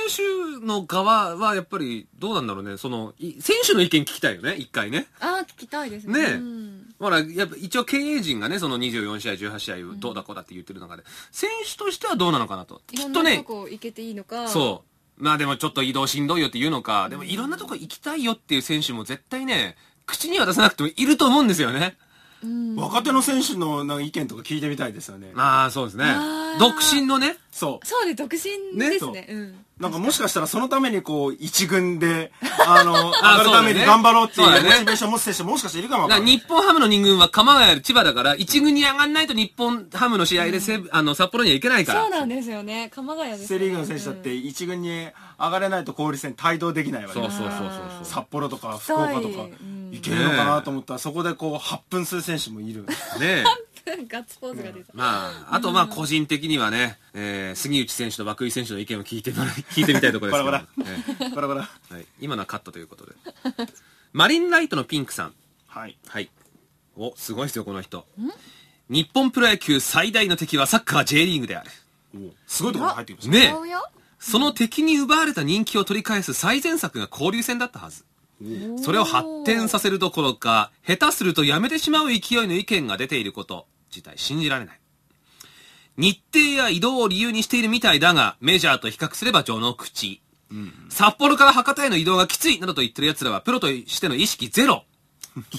Speaker 2: 手の側はやっぱり、どうなんだろうね。その、い選手の意見聞きたいよね、一回ね。
Speaker 3: あー聞きたいですね
Speaker 2: ねえ
Speaker 3: うん
Speaker 2: ほら、やっぱ一応経営陣がね、その24試合、18試合、どうだこうだって言ってる中で、選手としてはどうなのかなと。き
Speaker 3: いろ
Speaker 2: っ
Speaker 3: ん
Speaker 2: と
Speaker 3: なと
Speaker 2: ね、
Speaker 3: こ行けていいのか
Speaker 2: そう。まあでもちょっと移動しんどいよっていうのか、でもいろんなとこ行きたいよっていう選手も絶対ね、口には出さなくてもいると思うんですよね。
Speaker 3: うん
Speaker 4: 若手の選手のなんか意見とか聞いてみたいですよね。
Speaker 2: まあそうですね
Speaker 3: あー。
Speaker 2: 独身のね、
Speaker 4: そう。
Speaker 3: そうで独身ですね
Speaker 4: ね
Speaker 3: うん
Speaker 4: なんかもしかしたらそのためにこう、一 軍で、あの、上
Speaker 2: あ
Speaker 4: がるために
Speaker 2: そうだね
Speaker 4: 頑張ろうってい
Speaker 2: そうだ
Speaker 4: う
Speaker 2: ね
Speaker 4: モチベーションを持つ選手もしかしているかもわ
Speaker 2: だか
Speaker 4: かららない。
Speaker 2: 日本ハムの人軍は鎌ヶ谷、千葉だから、一軍に上がんないと日本ハムの試合でセブ、あの、札幌には行けないから。
Speaker 3: そうなんですよね鎌ヶ谷です
Speaker 4: セ
Speaker 3: よね
Speaker 4: リーグの選手だって一軍に上がれないと交流戦帯同できないわけ
Speaker 2: そう
Speaker 4: です
Speaker 2: そうそうそうそう。
Speaker 4: 札幌とか福岡と
Speaker 3: 行きた
Speaker 4: か
Speaker 3: いうん
Speaker 4: 行けるのかなと思ったら、そこでこう、発奮する選手もいる。
Speaker 2: ねえ。
Speaker 3: うんガッツポーズが出た
Speaker 2: まあ、あとまあ個人的にはね、えー杉内選手と涌井選手の意見を聞いて もらい、聞いてみたいところですけど。
Speaker 4: バラバ
Speaker 2: ええ
Speaker 4: バラバラ。
Speaker 2: はい、今のはカットということで マリンライトのピンクさん
Speaker 4: はい。
Speaker 2: はいおすごいですよこの人日本プロ野球最大の敵はサッカー J リーグである
Speaker 4: すごいところに入ってきましたね。
Speaker 2: ね
Speaker 3: お
Speaker 2: え
Speaker 3: や
Speaker 2: その敵に奪われた人気を取り返す最前作が交流戦だったはずそれを発展させるどころか下手するとやめてしまう勢いの意見が出ていること自体信じられない日程や移動を理由にしているみたいだがメジャーと比較すれば序の口札幌から博多への移動がきついなどと言ってる奴らはプロとしての意識ゼロ。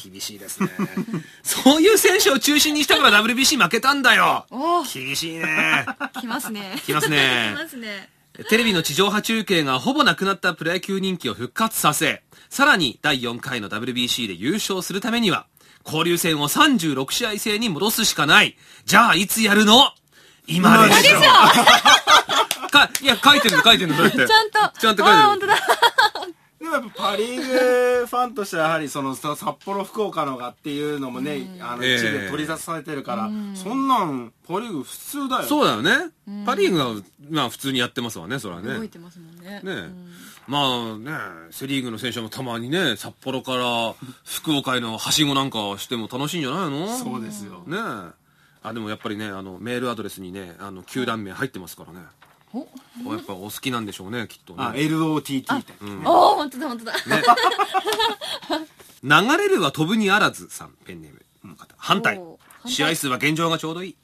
Speaker 2: 厳しいですね。 そういう選手を中心にしたから WBC 負けたんだよ。
Speaker 3: おー
Speaker 2: 厳しいね。
Speaker 3: 来ますね
Speaker 2: 来ますね
Speaker 3: 来ますね
Speaker 2: テレビの地上波中継がほぼなくなったプロ野球人気を復活させ、さらに第4回の WBC で優勝するためには、交流戦を36試合制に戻すしかない。じゃあいつやるの今でしょ。かいや、書いてるの書いてるの、そうやって。
Speaker 3: ちゃんと
Speaker 2: ちゃんと書いてる
Speaker 3: あー本当だ
Speaker 4: でもやっぱパ・リーグファンとしてはやはりその札幌福岡のがっていうのもね、あの
Speaker 2: ええ
Speaker 4: 一部で取り出されてるから、そんなんパ・リーグ普通だよ
Speaker 2: そうだよね。パリーグは、まあ普通にやってますわね、それはね。
Speaker 3: 動い
Speaker 2: ね
Speaker 3: てますもんね
Speaker 2: えまあね、セリーグの選手もたまにね、札幌から福岡へのはしごなんかしても楽しいんじゃないの
Speaker 4: そうですよ
Speaker 2: ねえ。あ、でもやっぱりね、あの、メールアドレスにね、あの、球団名入ってますからね。
Speaker 3: お
Speaker 2: やっぱお好きなんでしょうね、きっと
Speaker 4: あ
Speaker 2: ね。
Speaker 4: LOTT って、
Speaker 3: おー本当だ本当だ
Speaker 2: 流れるは飛ぶにあらずさん、ペンネームの方。反対
Speaker 3: おー。反対
Speaker 2: 試合数は現状がちょうどいい。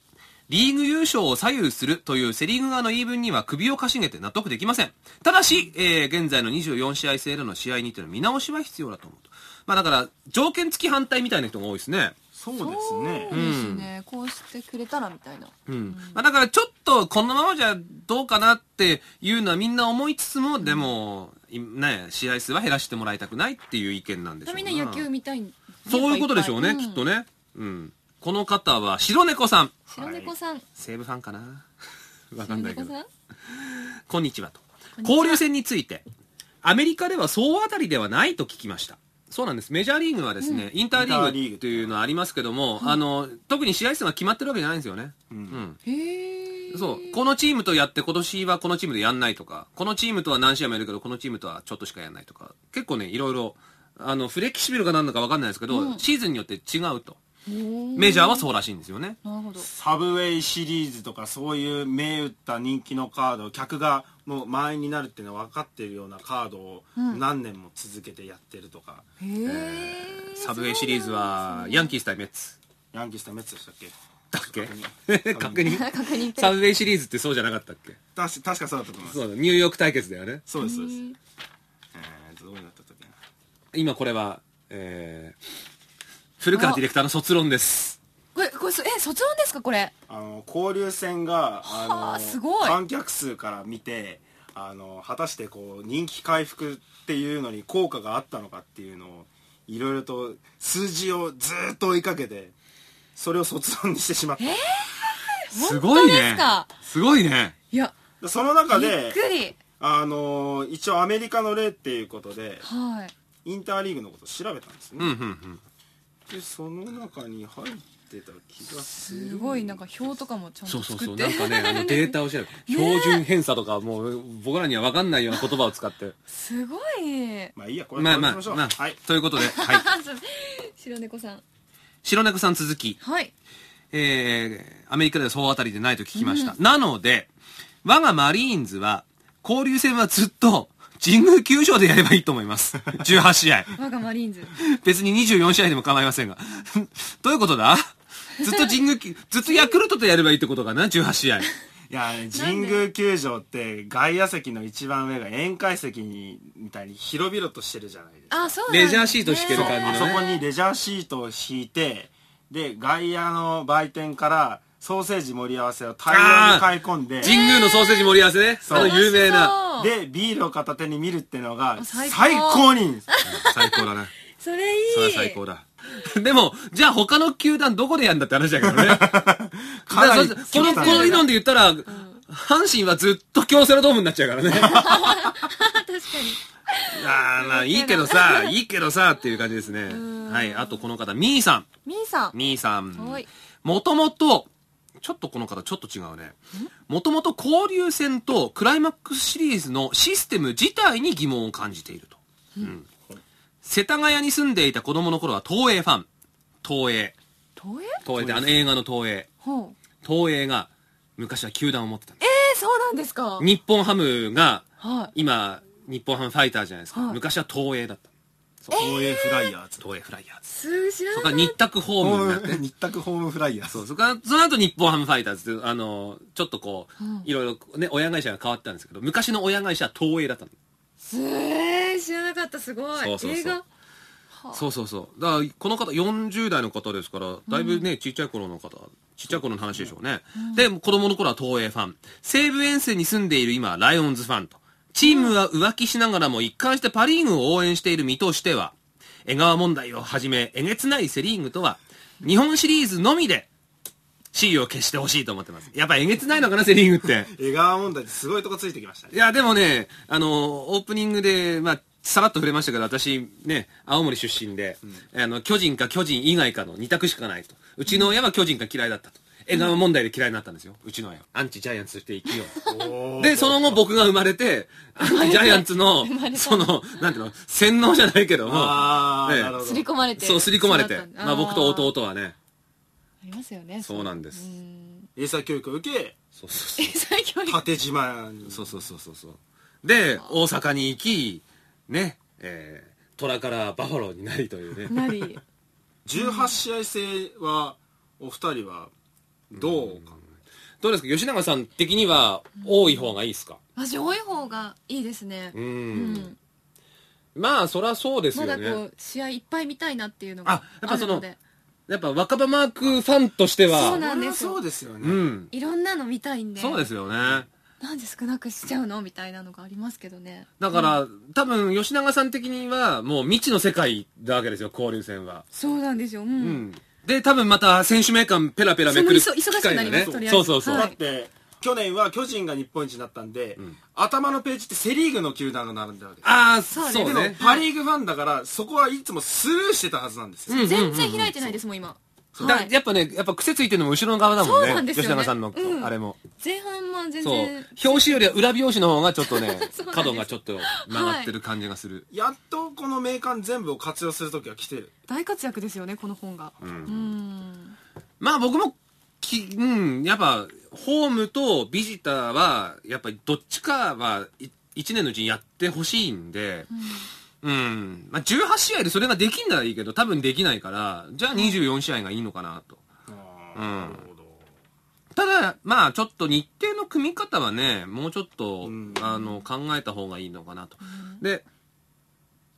Speaker 2: リーグ優勝を左右するというセリーグ側の言い分には首をかしげて納得できません。ただし、えー現在の24試合制での試合にての見直しは必要だと思うと。まあだから、条件付き反対みたいな人が多いですね。
Speaker 4: そうですね
Speaker 3: そうですねこうしてくれたらみたいな
Speaker 2: うんまあ、だからちょっとこのままじゃどうかなっていうのはみんな思いつつも、でも、いね、試合数は減らしてもらいたくないっていう意見なんでしょう
Speaker 3: みんな野球見たいん
Speaker 2: そういうことでしょうね、きっと
Speaker 3: ね
Speaker 2: ね、うん、この方は白猫さん
Speaker 3: 白猫さん
Speaker 2: 西武ファンかな わか
Speaker 3: 白
Speaker 2: んないけ
Speaker 3: 猫
Speaker 2: ど
Speaker 3: さん
Speaker 2: こんにちはと交流戦についてアメリカでは総当たりではないと聞きましたそうなんですメジャーリーグはですね、インターリ
Speaker 4: インター
Speaker 2: ー
Speaker 4: リー
Speaker 2: グ
Speaker 4: グ
Speaker 2: というのはありますけども、あの特に試合数が決まってるわけじゃないんですよね、
Speaker 4: うん
Speaker 2: うん、
Speaker 3: へえ
Speaker 2: そう。このチームとやって今年はこのチームでやんないとか、このチームとは何試合もやるけど、このチームとはちょっとしかやんないとか、結構ね、いろいろ、あの、フレキシブルかなんだかわかんないですけど、シーズンによって違うと。メ
Speaker 3: メ
Speaker 2: ジャーはそうらしいんですよね。
Speaker 3: なるほど
Speaker 4: サブウェイシリーズとかそういう銘打った人気のカードを客がもう満員になるっていうのは分かってるようなカードを
Speaker 3: うん
Speaker 4: 何年も続けてやってるとか、
Speaker 3: へえ
Speaker 2: サブウェイシリーズは、ヤンキース対メッツ。
Speaker 4: ヤンキース対メッツでしたっけ
Speaker 2: だっけ
Speaker 4: 確認
Speaker 2: 確認。
Speaker 3: 確認
Speaker 2: サブウェイシリーズってそうじゃなかったっけ
Speaker 4: たし確かそうだったと思います
Speaker 2: そうだ、ニューヨーク対決だよね。
Speaker 4: そうですそうです、
Speaker 3: へ
Speaker 4: えー、どうなった時な
Speaker 2: 今これは、えー、古川ディレクターの卒論です。
Speaker 3: これこれそえ卒論ですかこれ
Speaker 4: あの交流戦が
Speaker 3: はあ
Speaker 4: あの
Speaker 3: すごい
Speaker 4: 観客数から見てあの果たしてこう人気回復っていうのに効果があったのかっていうのをいろいろと数字をずーっと追いかけてそれを卒論にしてしまった、
Speaker 2: すごい
Speaker 3: 本当です
Speaker 2: ね
Speaker 3: か。
Speaker 2: すごいね。
Speaker 3: いや
Speaker 4: でその中
Speaker 3: び
Speaker 4: で
Speaker 3: っくり
Speaker 4: あの一応アメリカの例っていうことで
Speaker 3: はい
Speaker 4: インターリーグのことを調べたんです
Speaker 2: うん、
Speaker 4: ね、
Speaker 2: うん、うん。
Speaker 4: でその中に入ってた気がする
Speaker 3: すごいなんか表とかもちゃん
Speaker 2: そう
Speaker 3: と
Speaker 2: そう
Speaker 3: 作
Speaker 2: そ
Speaker 3: っ
Speaker 2: う。
Speaker 3: て
Speaker 2: なんかね、あ のデータを調べて、標準偏差とかもう僕らには分かんないような言葉を使って。
Speaker 3: すごい
Speaker 4: まあいいやこれ
Speaker 2: まあま
Speaker 4: これにし
Speaker 2: あ、
Speaker 4: ましょ
Speaker 2: ま
Speaker 4: う
Speaker 2: あ
Speaker 4: はい、
Speaker 2: ということ で、はい。
Speaker 3: 白猫さん
Speaker 2: 白猫さん続き。
Speaker 3: はい
Speaker 2: えーアメリカでは総当たりでないと聞きました。なので、我がマリーンズは、交流戦はずっと、神宮球場でやればいいと思います。18試合。
Speaker 3: 我がマリーンズ
Speaker 2: 別に24試合でも構いませんが。 どういうことだずっと神宮球、ずっとヤクルトとやればいいってことかな ?18 試合。
Speaker 4: いやね神宮球場って外野席の一番上が宴会席にみたいに広々としてるじゃないですか
Speaker 3: あそうなん
Speaker 2: レジャーシート敷ける
Speaker 4: そう
Speaker 2: 感じのね
Speaker 4: あそこにレジャーシートを敷いてで外野の売店からソーセージ盛り合わせを大量に買い込んで
Speaker 2: 神宮のソーセージ盛り合わせね。あの有名な。
Speaker 3: で
Speaker 4: でビールを片手に見るっていうのが
Speaker 3: 最
Speaker 4: 最
Speaker 3: 高
Speaker 4: 高にいいん です
Speaker 2: 最高だね。
Speaker 3: それいい
Speaker 2: それは最高だ。 でも、じゃあ他の球団どこでやんだって話だけどね。
Speaker 4: かなり
Speaker 2: だからそこの、
Speaker 4: 極端
Speaker 2: この理論で言ったら、阪神はずっと京セラドームになっちゃうから ね。
Speaker 3: 確かに
Speaker 2: あーまあいいけどさ、いいけどさっていう感じですね。はい。あとこの方、ミーさ
Speaker 3: みーさん
Speaker 2: ん。ミーさん
Speaker 3: はい。
Speaker 2: もともと、ちょっとこの方ちょっと違うね。もともと交流戦とクライマックスシリーズのシステム自体に疑問を感じていると。うん世田谷に住んでいた子供の頃は東映ファン。東映。
Speaker 3: 東映
Speaker 2: 東映ってあの映画の東映。
Speaker 3: ほう
Speaker 2: 東映が昔は球団を持ってたんで
Speaker 3: えー、そうなんですか
Speaker 2: す。日本ハムが
Speaker 3: はい
Speaker 2: 今、日本ハムファイターズじゃないですか。
Speaker 3: はい
Speaker 2: 昔は東映だった。
Speaker 4: 東映フライヤーズ
Speaker 2: 東映フライヤーズ。
Speaker 3: す知ら
Speaker 2: そこ
Speaker 3: なか
Speaker 2: か
Speaker 3: っ
Speaker 2: ら日宅ホームにな って。
Speaker 4: 日卓ホームフライヤーズ
Speaker 2: そう、そこから、その後日本ハムファイターズっていう、あの、ちょっとこう、いろいろね、親会社が変わったんですけど、昔の親会社は東映だったの。
Speaker 3: たえー、知らなかったすごい
Speaker 2: そうそうそう
Speaker 3: 映画
Speaker 2: そうそうそう。だから、この方、40代の方ですから、だいぶね、ちっちゃい頃の方、ちっちゃい頃の話でしょうね。で、子供の頃は東映ファン。西武遠征に住んでいる今はライオンズファンと。チームは浮気しながらも一貫してパリーグを応援している身としては、江川問題をはじめ、えげつないセリーグとは、日本シリーズのみで、地位を消してほしいと思ってます。やっぱえげつないのかな、セリーグって。
Speaker 4: 江川問題ってすごいとこついてきましたね
Speaker 2: いや、でもね、あの、オープニングで、まあ、さらっと触れましたけど、私、ね、青森出身で、あの、巨人か巨人以外かの二択しかないと。うちの親は巨人が嫌いだったと。江川問題で嫌いになったんですよ。うちの親は。アンチジャイアンツとして生きよう。で、その後僕が生まれて、アンチジャイアンツの
Speaker 3: 生まれ、た
Speaker 2: その、なんていうの、洗脳じゃないけども、
Speaker 4: ああ、
Speaker 2: ええ
Speaker 4: なるほど
Speaker 3: 刷り込まれて
Speaker 2: そう、刷り込まれて
Speaker 3: そうだっ、たんだ
Speaker 2: まあ
Speaker 3: ー
Speaker 2: 僕と弟はね、
Speaker 3: ありますよね
Speaker 2: そうなんです
Speaker 3: ん
Speaker 4: 英才教育を受け
Speaker 2: そうそうそう
Speaker 3: 英。才教育
Speaker 4: 縦島に
Speaker 2: そうそうそうそうそう。で、大阪に行き、ね、えー、虎からバファローになりというね。
Speaker 3: なり
Speaker 4: 18試合制はお二人はどうか、
Speaker 2: どうですか吉永さん的には多い方がいいですか
Speaker 3: 私多い方がいいですね
Speaker 2: うん
Speaker 3: うん
Speaker 2: まあ、そらそうです
Speaker 3: ま
Speaker 2: よ
Speaker 3: だ
Speaker 2: ね。
Speaker 3: こう試合いっぱい見たいなっていうのが
Speaker 2: あやっぱその
Speaker 3: あるで
Speaker 2: やっぱ若葉マークファンとしては。
Speaker 3: そうなんですよ
Speaker 4: そうですよね、
Speaker 2: うん。
Speaker 3: いろんなの見たいんで
Speaker 2: そうですよね。
Speaker 3: なんで少なくしちゃうのみたいなのがありますけどね
Speaker 2: だから、多分、吉永さん的には、もう未知の世界なわけですよ、交流戦は。
Speaker 3: そうなんですようん、
Speaker 2: うん。で、多分また選手名鑑ペラペラめくる
Speaker 3: その忙しく
Speaker 2: 機会が
Speaker 3: なりますとりあえず
Speaker 2: そうそうそう。
Speaker 3: は
Speaker 4: だ
Speaker 3: い
Speaker 4: って去年は巨人が日本一になったんで、頭のページってセ・リーグの球団が並んでるわけで
Speaker 2: ああ、
Speaker 3: そうね
Speaker 2: そう
Speaker 4: す
Speaker 2: ね
Speaker 4: でも。パ・リーグファンだからそこはいつもスルーしてたはずなんですよ、
Speaker 2: うんうんうんうん
Speaker 3: 全然開いてないですもん今
Speaker 2: そうだから
Speaker 3: はい
Speaker 2: やっぱね、やっぱ癖ついてるのも後ろの側だもんね。
Speaker 3: そうなんですよね
Speaker 2: 吉永さんの、
Speaker 3: うん
Speaker 2: あれも。
Speaker 3: 前半は全
Speaker 2: そう
Speaker 3: 然。
Speaker 2: 表紙よりは裏表紙の方がちょっとね
Speaker 3: そうなんです
Speaker 2: 角がちょっと曲がってる感じがする、
Speaker 4: やっとこの名鑑全部を活用する時は来てる
Speaker 3: 大活躍ですよねこの本が。
Speaker 2: うん
Speaker 3: うん。
Speaker 2: まあ僕もき、うん、やっぱホームとビジターはやっぱりどっちかは1年のうちにやってほしいんで、うんまあ、18試合でそれができんならいいけど多分できないからじゃあ24試合がいいのかなと
Speaker 4: あーなるほど
Speaker 2: ただまあちょっと日程の組み方はねもうちょっと、
Speaker 4: うん
Speaker 2: あの考えた方がいいのかなと、で、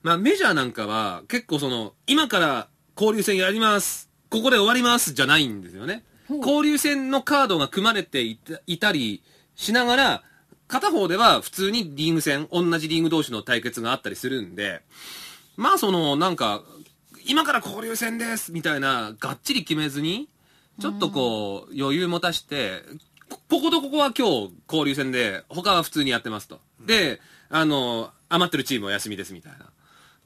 Speaker 2: まあ、メジャーなんかは結構その今から交流戦やりますここで終わりますじゃないんですよね
Speaker 3: ほう
Speaker 2: 交流戦のカードが組まれていたいたりしながら片方では普通にリーグ戦同じリーグ同士の対決があったりするんでまあそのなんか今から交流戦ですみたいながっちり決めずにちょっとこう余裕持たしてここことここは今日交流戦で他は普通にやってますとであの余ってるチームは休みですみたいな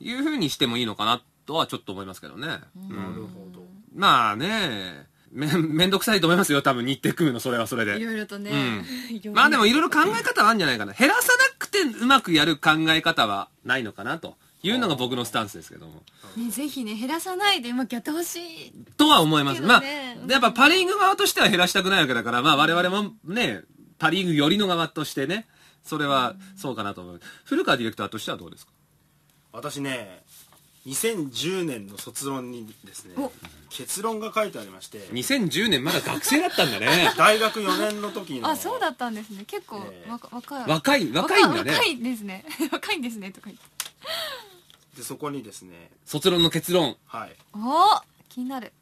Speaker 2: いうふうにしてもいいのかなとはちょっと思いますけどね、うん
Speaker 4: なるほど
Speaker 2: まあねめめんどくさいと思いますよ多分日程組むのそれはそれ
Speaker 3: い
Speaker 2: で
Speaker 3: ろいろとね。
Speaker 2: うまあでもいろいろ考え方はあるんじゃないかな減らさなくてうまくやる考え方はないのかなというのが僕のスタンスですけども
Speaker 3: ねぜひね減らさないでうまくやってほしい。
Speaker 2: とは思います。まあ
Speaker 3: けどね、
Speaker 2: やっぱパ・リーグ側としては減らしたくないわけだから、まあ我々もね、パ・リーグ寄りの側としてね、それはそうかなと思う。古川ディレクターとしてはどうですか
Speaker 4: 私ね2010年の卒論にですね
Speaker 3: お
Speaker 4: 結論が書いてありまして
Speaker 2: ?2010 年まだ学生だったんだね。
Speaker 4: 大学4年の時の
Speaker 3: あそうだったんですね。結構
Speaker 4: ね
Speaker 3: わか若い。
Speaker 2: 若い、若いんだ
Speaker 3: 若
Speaker 2: ね。
Speaker 3: いですね。 若いんですねとか言って。
Speaker 4: でそこにですね
Speaker 2: 卒論の結論。
Speaker 4: はい
Speaker 3: おお気になる。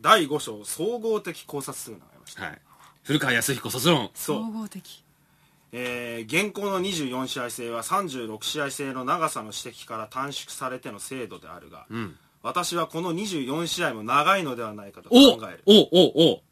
Speaker 4: 第5章総合的考察というのがありました
Speaker 2: はい。古川康彦卒論。
Speaker 3: 総
Speaker 4: そう、
Speaker 3: 合的。
Speaker 4: えー現行の24試合制は36試合制の長さの指摘から短縮されての制度であるが、
Speaker 2: うん。
Speaker 4: 私はこの24試合も長いのではないかと
Speaker 2: おお
Speaker 4: 考える
Speaker 2: おおお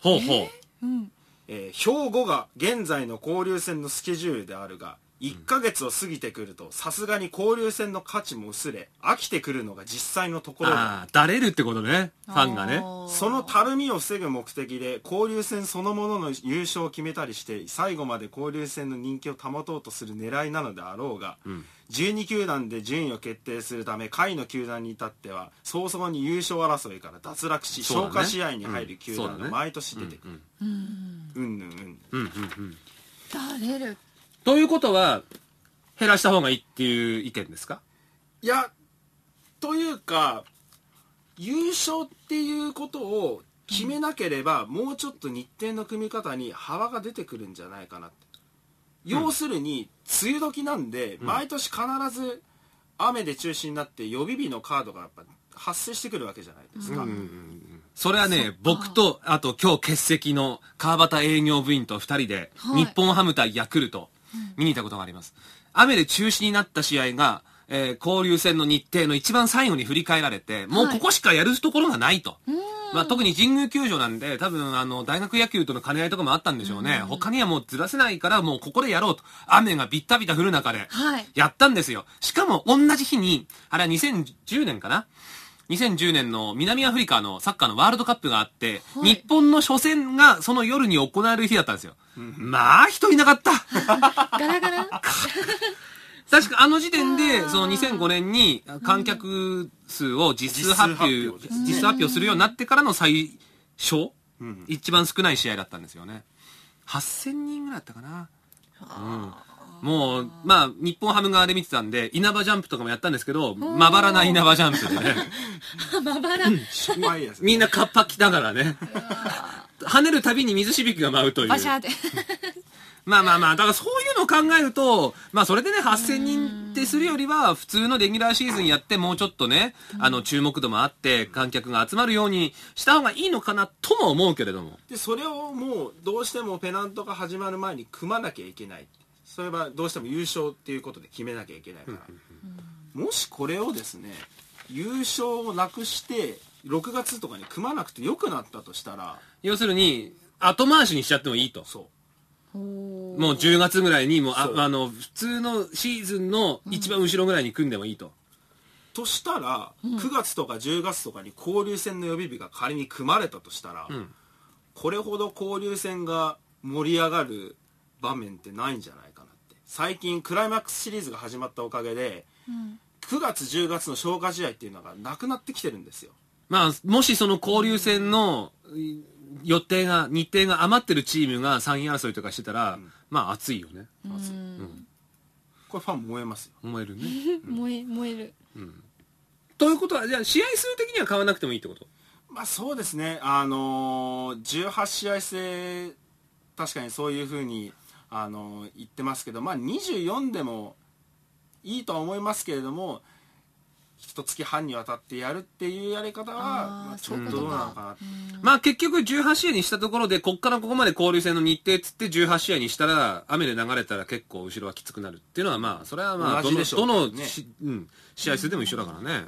Speaker 2: ほうほ
Speaker 3: うん。
Speaker 4: えー兵庫が現在の交流戦のスケジュールであるが1ヶ月を過ぎてくるとさすがに交流戦の価値も薄れ飽きてくるのが実際のと
Speaker 2: う。
Speaker 4: ころだ
Speaker 2: ああ、だれるってことね。ファンが
Speaker 3: あ
Speaker 2: ね。
Speaker 3: ー
Speaker 4: そのたるみを防ぐ目的で交流戦そのものの優勝を決めたりして最後まで交流戦の人気を保とうとする狙いなのであろうが、
Speaker 2: ん
Speaker 4: 12球団で順位を決定するため下位の球団に至っては早々に優勝争いから脱落し、
Speaker 2: そうだ
Speaker 4: 消
Speaker 2: ね
Speaker 4: 化試合に入
Speaker 2: うん
Speaker 4: る球
Speaker 2: そう
Speaker 4: 団
Speaker 2: だ
Speaker 4: が
Speaker 2: ね
Speaker 4: 毎年出てくる、うんぬ
Speaker 2: う
Speaker 4: んうん
Speaker 2: んうんうん。
Speaker 3: だれる。
Speaker 2: ということは、減らした方がいいっていう意見ですか
Speaker 4: いやというか優勝っていうことを決めなければ、もうちょっと日程の組み方に幅が出てくるんじゃないかなって、要するに梅雨時なんで、毎年必ず雨で中止になって予備日のカードがやっぱ発生してくるわけじゃないですか、
Speaker 2: それはね、僕と、あと今日欠席の川端営業部員と二人で、
Speaker 3: はい
Speaker 2: 日本ハム対ヤクルト、見に行ったことがあります。雨で中止になった試合が、えー交流戦の日程の一番最後に振り返られて、もう
Speaker 3: はい
Speaker 2: ここしかやるところがないと。まあ、特に神宮球場なんで、多分、あの、大学野球との兼ね合いとかもあったんでしょうね。他にはもうずらせないから、もうここでやろうと。雨がビッタビタ降る中で。
Speaker 3: はい
Speaker 2: やったんですよ。しかも同じ日に、あれは2010年かな ?2010 年の南アフリカのサッカーのワールドカップがあって、
Speaker 3: はい
Speaker 2: 日本の初戦がその夜に行われる日だったんですよ。まあ、人いなかった
Speaker 3: ガラガラ。
Speaker 2: 確かあの時点
Speaker 3: あ
Speaker 2: で、
Speaker 3: ー
Speaker 2: その2005年に観客数を実数発表、
Speaker 4: 実
Speaker 2: 実
Speaker 4: 数発表
Speaker 2: 数発表するようになってからの最小、
Speaker 4: ん
Speaker 2: 一番少ない試合だったんですよね。8000人ぐらいだったかな。もう、まあ、日本ハム側で見てたんで、稲葉ジャンプとかもやったんですけど、まばらな稲葉ジャンプで ね、
Speaker 3: まばら。
Speaker 4: 失敗やつ
Speaker 2: みんなカッパ着ながらね、跳ねるたびに水しぶきが舞うという。
Speaker 3: バシャーで。
Speaker 2: まあまあまあ、だからそういうのを考えると、まあそれでね、8000人ってするよりは、普通のレギュラーシーズンやって、もうちょっとね、あの、注目度もあって、観客が集まるようにした方がいいのかなとも思うけれども。
Speaker 4: でそれをもうどうしてもペナントが始まる前に組まなきゃいけないそれはどうしても優勝っていうことで決めなきゃいけないから、もしこれをですね優勝をなくして6月とかに組まなくてよくなったとしたら
Speaker 2: 要するに、後回しにしちゃってもいいと。
Speaker 4: そ
Speaker 3: おー
Speaker 2: もう10月ぐらいに、もうあ
Speaker 4: そう
Speaker 2: あの、普通のシーズンの一番後ろぐらいに組んでもいいと。
Speaker 4: としたら、9月とか10月とかに交流戦の予備日が仮に組まれたとしたら、
Speaker 2: ん
Speaker 4: これほど交流戦が盛り上がる場面ってないんじゃないかなって最近クライマックスシリーズが始まったおかげで
Speaker 3: うん
Speaker 4: 9月10月の消化試合っていうのがなくなってきてるんですよ
Speaker 2: まあ、もしその交流戦のい予定が、日程が余ってるチームが3位争いとかしてたら、まあ熱いよね。
Speaker 3: うん
Speaker 4: これファン燃えますよ
Speaker 2: 燃えるね。
Speaker 3: 燃え燃える
Speaker 2: ということは、じゃあ試合数的には買わなくてもいいってこと
Speaker 4: まあそうですねあのー18試合制確かにそういうふうに、あのー言ってますけどまあ24でもいいとは思いますけれども一月半にわたってやるっていうやり方は
Speaker 3: あー
Speaker 4: まあ、ちょ
Speaker 2: そ
Speaker 4: っ
Speaker 2: ういうことと
Speaker 4: ど
Speaker 2: か
Speaker 4: うなのかなって
Speaker 2: まあ結局18試合にしたところで、こっからここまで交流戦の日程つって18試合にしたら、雨で流れたら結構後ろはきつくなるっていうのはまあ、それはまあ、ど
Speaker 4: 同じ
Speaker 2: の、
Speaker 4: でしょう
Speaker 2: どの
Speaker 4: ね
Speaker 2: し、うん、試合数でも一緒だからね。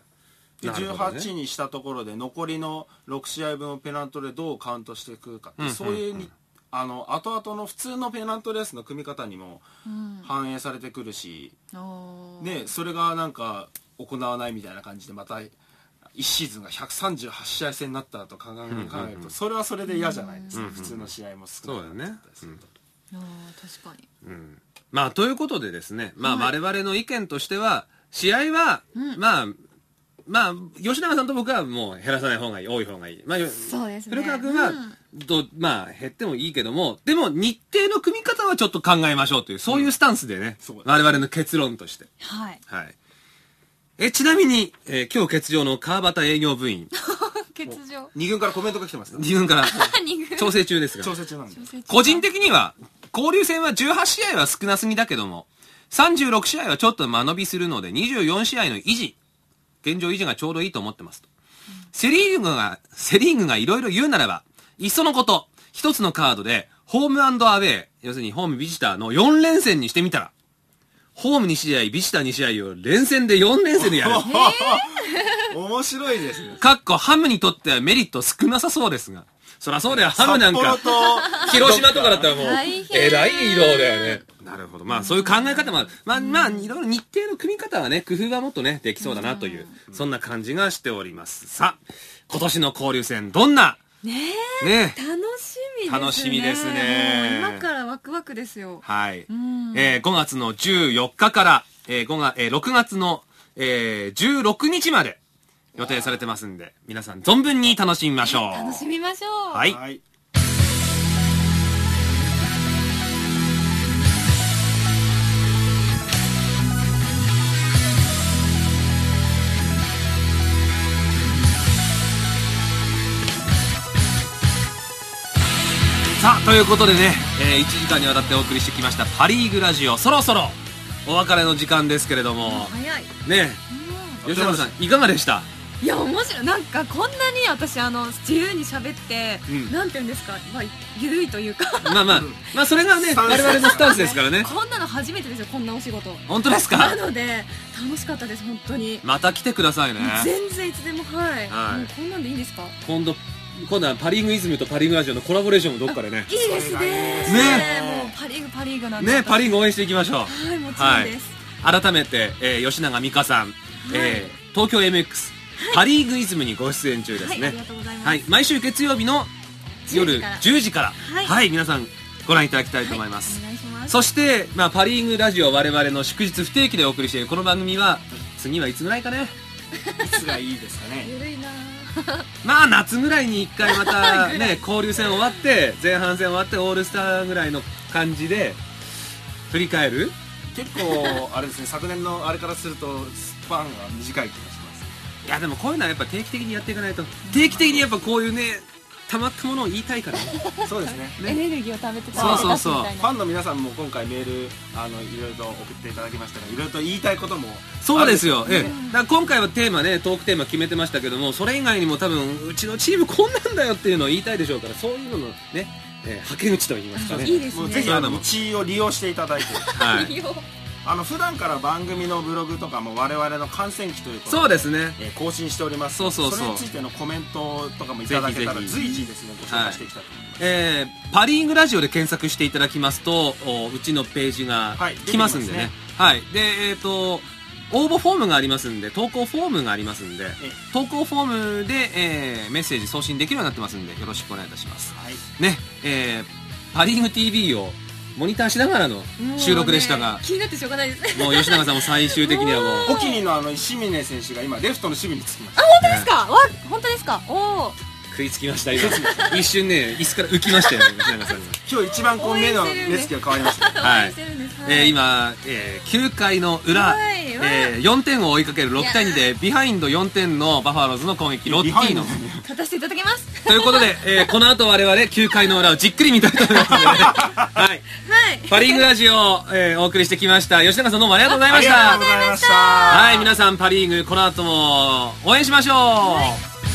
Speaker 4: で
Speaker 2: なるほどね
Speaker 4: 18にしたところで残りの6試合分をペナントでどうカウントしていくかって、
Speaker 2: うん
Speaker 4: そういうにあの後々の普通のペナントレースの組み方にも
Speaker 3: うん
Speaker 4: 反映されてくるし、
Speaker 3: あー
Speaker 4: ね、それがなんか行わないみたいな感じでまた1シーズンが138試合制になったと考えると、それはそれで嫌じゃないですか、普通の試合も少なくなっちゃったりすると
Speaker 3: あー確かに
Speaker 2: うんまあ、ということでですね、まあ、
Speaker 3: はい
Speaker 2: 我々の意見としては、試合は、まあ、まあ、吉永さんと僕はもう減らさない方がいい、多い方がいい。まあ、よ
Speaker 3: そうですね
Speaker 2: 古川君は、どまあ、減ってもいいけども、でも日程の組み方はちょっと考えましょうという、そういうスタンスでね、
Speaker 4: そう
Speaker 2: 我々の結論として。
Speaker 3: はい
Speaker 2: はい。え、ちなみに、えー今日欠場の川端営業部員、
Speaker 3: 欠 場
Speaker 4: 2軍からコメントが来てますね
Speaker 2: 自分から
Speaker 3: 二軍
Speaker 2: 調整中 ですが
Speaker 4: 調、整中なん で
Speaker 2: 個人的には、交流戦は18試合は少なすぎだけども、36試合はちょっと間延びするので、24試合の維持、現状維持がちょうどいいと思ってますと。セリーグが、セリーグがいろいろ言うならば、いっそのこと、一つのカードで、ホームアウェイ、要するにホームビジターの4連戦にしてみたら、ホーム2試合、ビジター2試合を連戦で4連戦でや る。
Speaker 4: 面白いですね
Speaker 2: かっこハムにとってはメリット少なさそうですが。そらそうだよ、ハムなんか
Speaker 4: 札。幌と
Speaker 2: 広島とかだったらもう
Speaker 3: 大、変
Speaker 2: えらい移動だよね。なるほど。まあそういう考え方もある。まあまあ、いろいろ日程の組み方はね、工夫はもっとね、できそうだなという、そんな感じがしております。さあ、今年の交流戦、どんな、
Speaker 3: ねえ
Speaker 2: ね、
Speaker 3: 楽しみですね
Speaker 2: 楽しみですね
Speaker 3: もう今からワクワクですよ
Speaker 2: はい。
Speaker 3: ん
Speaker 2: えー5月の14日から、えー5がえー6月の、えー16日まで予定されてますんで、皆さん存分に楽しみましょう。
Speaker 3: 楽しみましょう
Speaker 2: はい
Speaker 4: はい
Speaker 2: さあということでね、え1時間にわたってお送りしてきました「パ・リーグラジオ」そろそろお別れの時間ですけれども
Speaker 3: 早い
Speaker 2: ね
Speaker 3: う
Speaker 2: 吉村さんいかがでした
Speaker 3: んいや面白いなんかこんなに私あの自由に喋って、
Speaker 2: うん
Speaker 3: なんて言うんですかまあゆるいというか
Speaker 2: まあまあまあそれがね
Speaker 4: スタンス
Speaker 2: 我々のスタンスですからね
Speaker 3: こんなの初めてですよこんなお仕事
Speaker 2: 本当ですか
Speaker 3: なので楽しかったです本当に、
Speaker 2: また来てくださいね
Speaker 3: もう全然いつでもはい、
Speaker 2: はい
Speaker 3: もうこんなんでいいんですか
Speaker 2: 今度今度はパ・リーグイズムとパ・リーグラジオのコラボレーションもどっかでね
Speaker 3: いいですね
Speaker 2: ね
Speaker 3: もうパ・リーグパ・リーグなんで
Speaker 2: ねパ・
Speaker 3: リ
Speaker 2: リーグ応援していきましょう
Speaker 3: はいもちろんです、
Speaker 2: 改めて、えー吉永美香さん、えー東京 MX パ・リーグイズムにご出演中で
Speaker 3: は
Speaker 2: す
Speaker 3: い、
Speaker 2: ね、
Speaker 3: ありがとうございます、
Speaker 2: はい、毎週月曜日の夜10時から、はい、
Speaker 3: い
Speaker 2: 皆さんご覧いただきたいと思います。
Speaker 3: お願いします
Speaker 2: そして、まあ、パ・リーグラジオ我々の祝日不定期でお送りしているこの番組は次はいつぐらいかね
Speaker 4: いつがいいですかね
Speaker 3: ゆるいな
Speaker 2: まあ夏ぐらいに1回 また、ね、交流戦終わって前半戦終わってオールスターぐらいの感じで振り返る
Speaker 4: 結構あれですね昨年のあれからするとスパンが短い気がします
Speaker 2: いやでもこういうのはやっぱ定期的にやっていかないと定期的にやっぱこういうねたまったものを言いたいからね
Speaker 4: そうですね
Speaker 3: エネルギーを貯めて
Speaker 2: そうそうそう
Speaker 3: 食べて出すみたい
Speaker 4: フ
Speaker 3: な
Speaker 4: ァンの皆さんも今回メールあのいろいろと送っていただきましたがいろいろと言いたいことも
Speaker 2: そうですよ、
Speaker 4: ある
Speaker 2: ええ、だから今回はテーマねトークテーマ決めてましたけどもそれ以外にも多分うちのチームこんなんだよっていうのを言いたいでしょうからそういうののね、ええ、はけ口と言いますかね
Speaker 3: いいですね
Speaker 4: もうぜひあのうちを利用していただいて
Speaker 2: は
Speaker 3: 利
Speaker 2: い、
Speaker 3: 用
Speaker 4: あの普段から番組のブログとかも我々の観戦記ということ
Speaker 2: そうですね
Speaker 4: えー更新しております
Speaker 2: そうそうそう
Speaker 4: れについてのコメントとかもいただけたら
Speaker 2: ぜひぜ
Speaker 4: 随
Speaker 2: ひ
Speaker 4: 時ですねご紹介していきたいと思います、
Speaker 2: えーパ・リーグラジオで検索していただきますとおうちのページが
Speaker 4: はい
Speaker 2: 来ますんでね、はいでえーと応募フォームがありますんで投稿フォームがありますんで
Speaker 4: え
Speaker 2: 投稿フォームで、えーメッセージ送信できるようになってますんでよろしくお願いいたします
Speaker 4: はい
Speaker 2: ねえーパ・リーグ TV をモニターしながらの
Speaker 3: もう
Speaker 2: 収録でしたが
Speaker 3: ね気になってしょうがないですね
Speaker 2: もう吉永さんも最終的にはもう
Speaker 4: オキニのあの石峰選手が今レフトの守備につきました
Speaker 3: 本当ですかわ本当ですかお
Speaker 2: 食いつきました今一瞬ね椅子から浮きましたよね吉永さんが
Speaker 4: 今日一番コンビの目つきが変わりました
Speaker 3: お
Speaker 2: はい
Speaker 3: 応援してるんです
Speaker 2: えー今、えー9回の裏、
Speaker 3: はい
Speaker 2: えー4点を追いかける6対2でビハインド4点のバファローズの攻撃ロッテ
Speaker 4: ビハイ
Speaker 2: ィ
Speaker 4: ンド
Speaker 2: の
Speaker 4: ね
Speaker 3: 勝たせていただきま す
Speaker 2: ということで、えーこの後我々9回の裏をじっくり見たいと思 いますので、はい、
Speaker 3: はい
Speaker 2: パ・リーグラジオを、えーお送りしてきました吉永さんどうもありがとうござい
Speaker 4: あ
Speaker 2: ま
Speaker 4: り
Speaker 2: し
Speaker 4: がとう
Speaker 2: た
Speaker 4: ございました
Speaker 2: はい皆さんパ・リーグこの後も応援しましょう、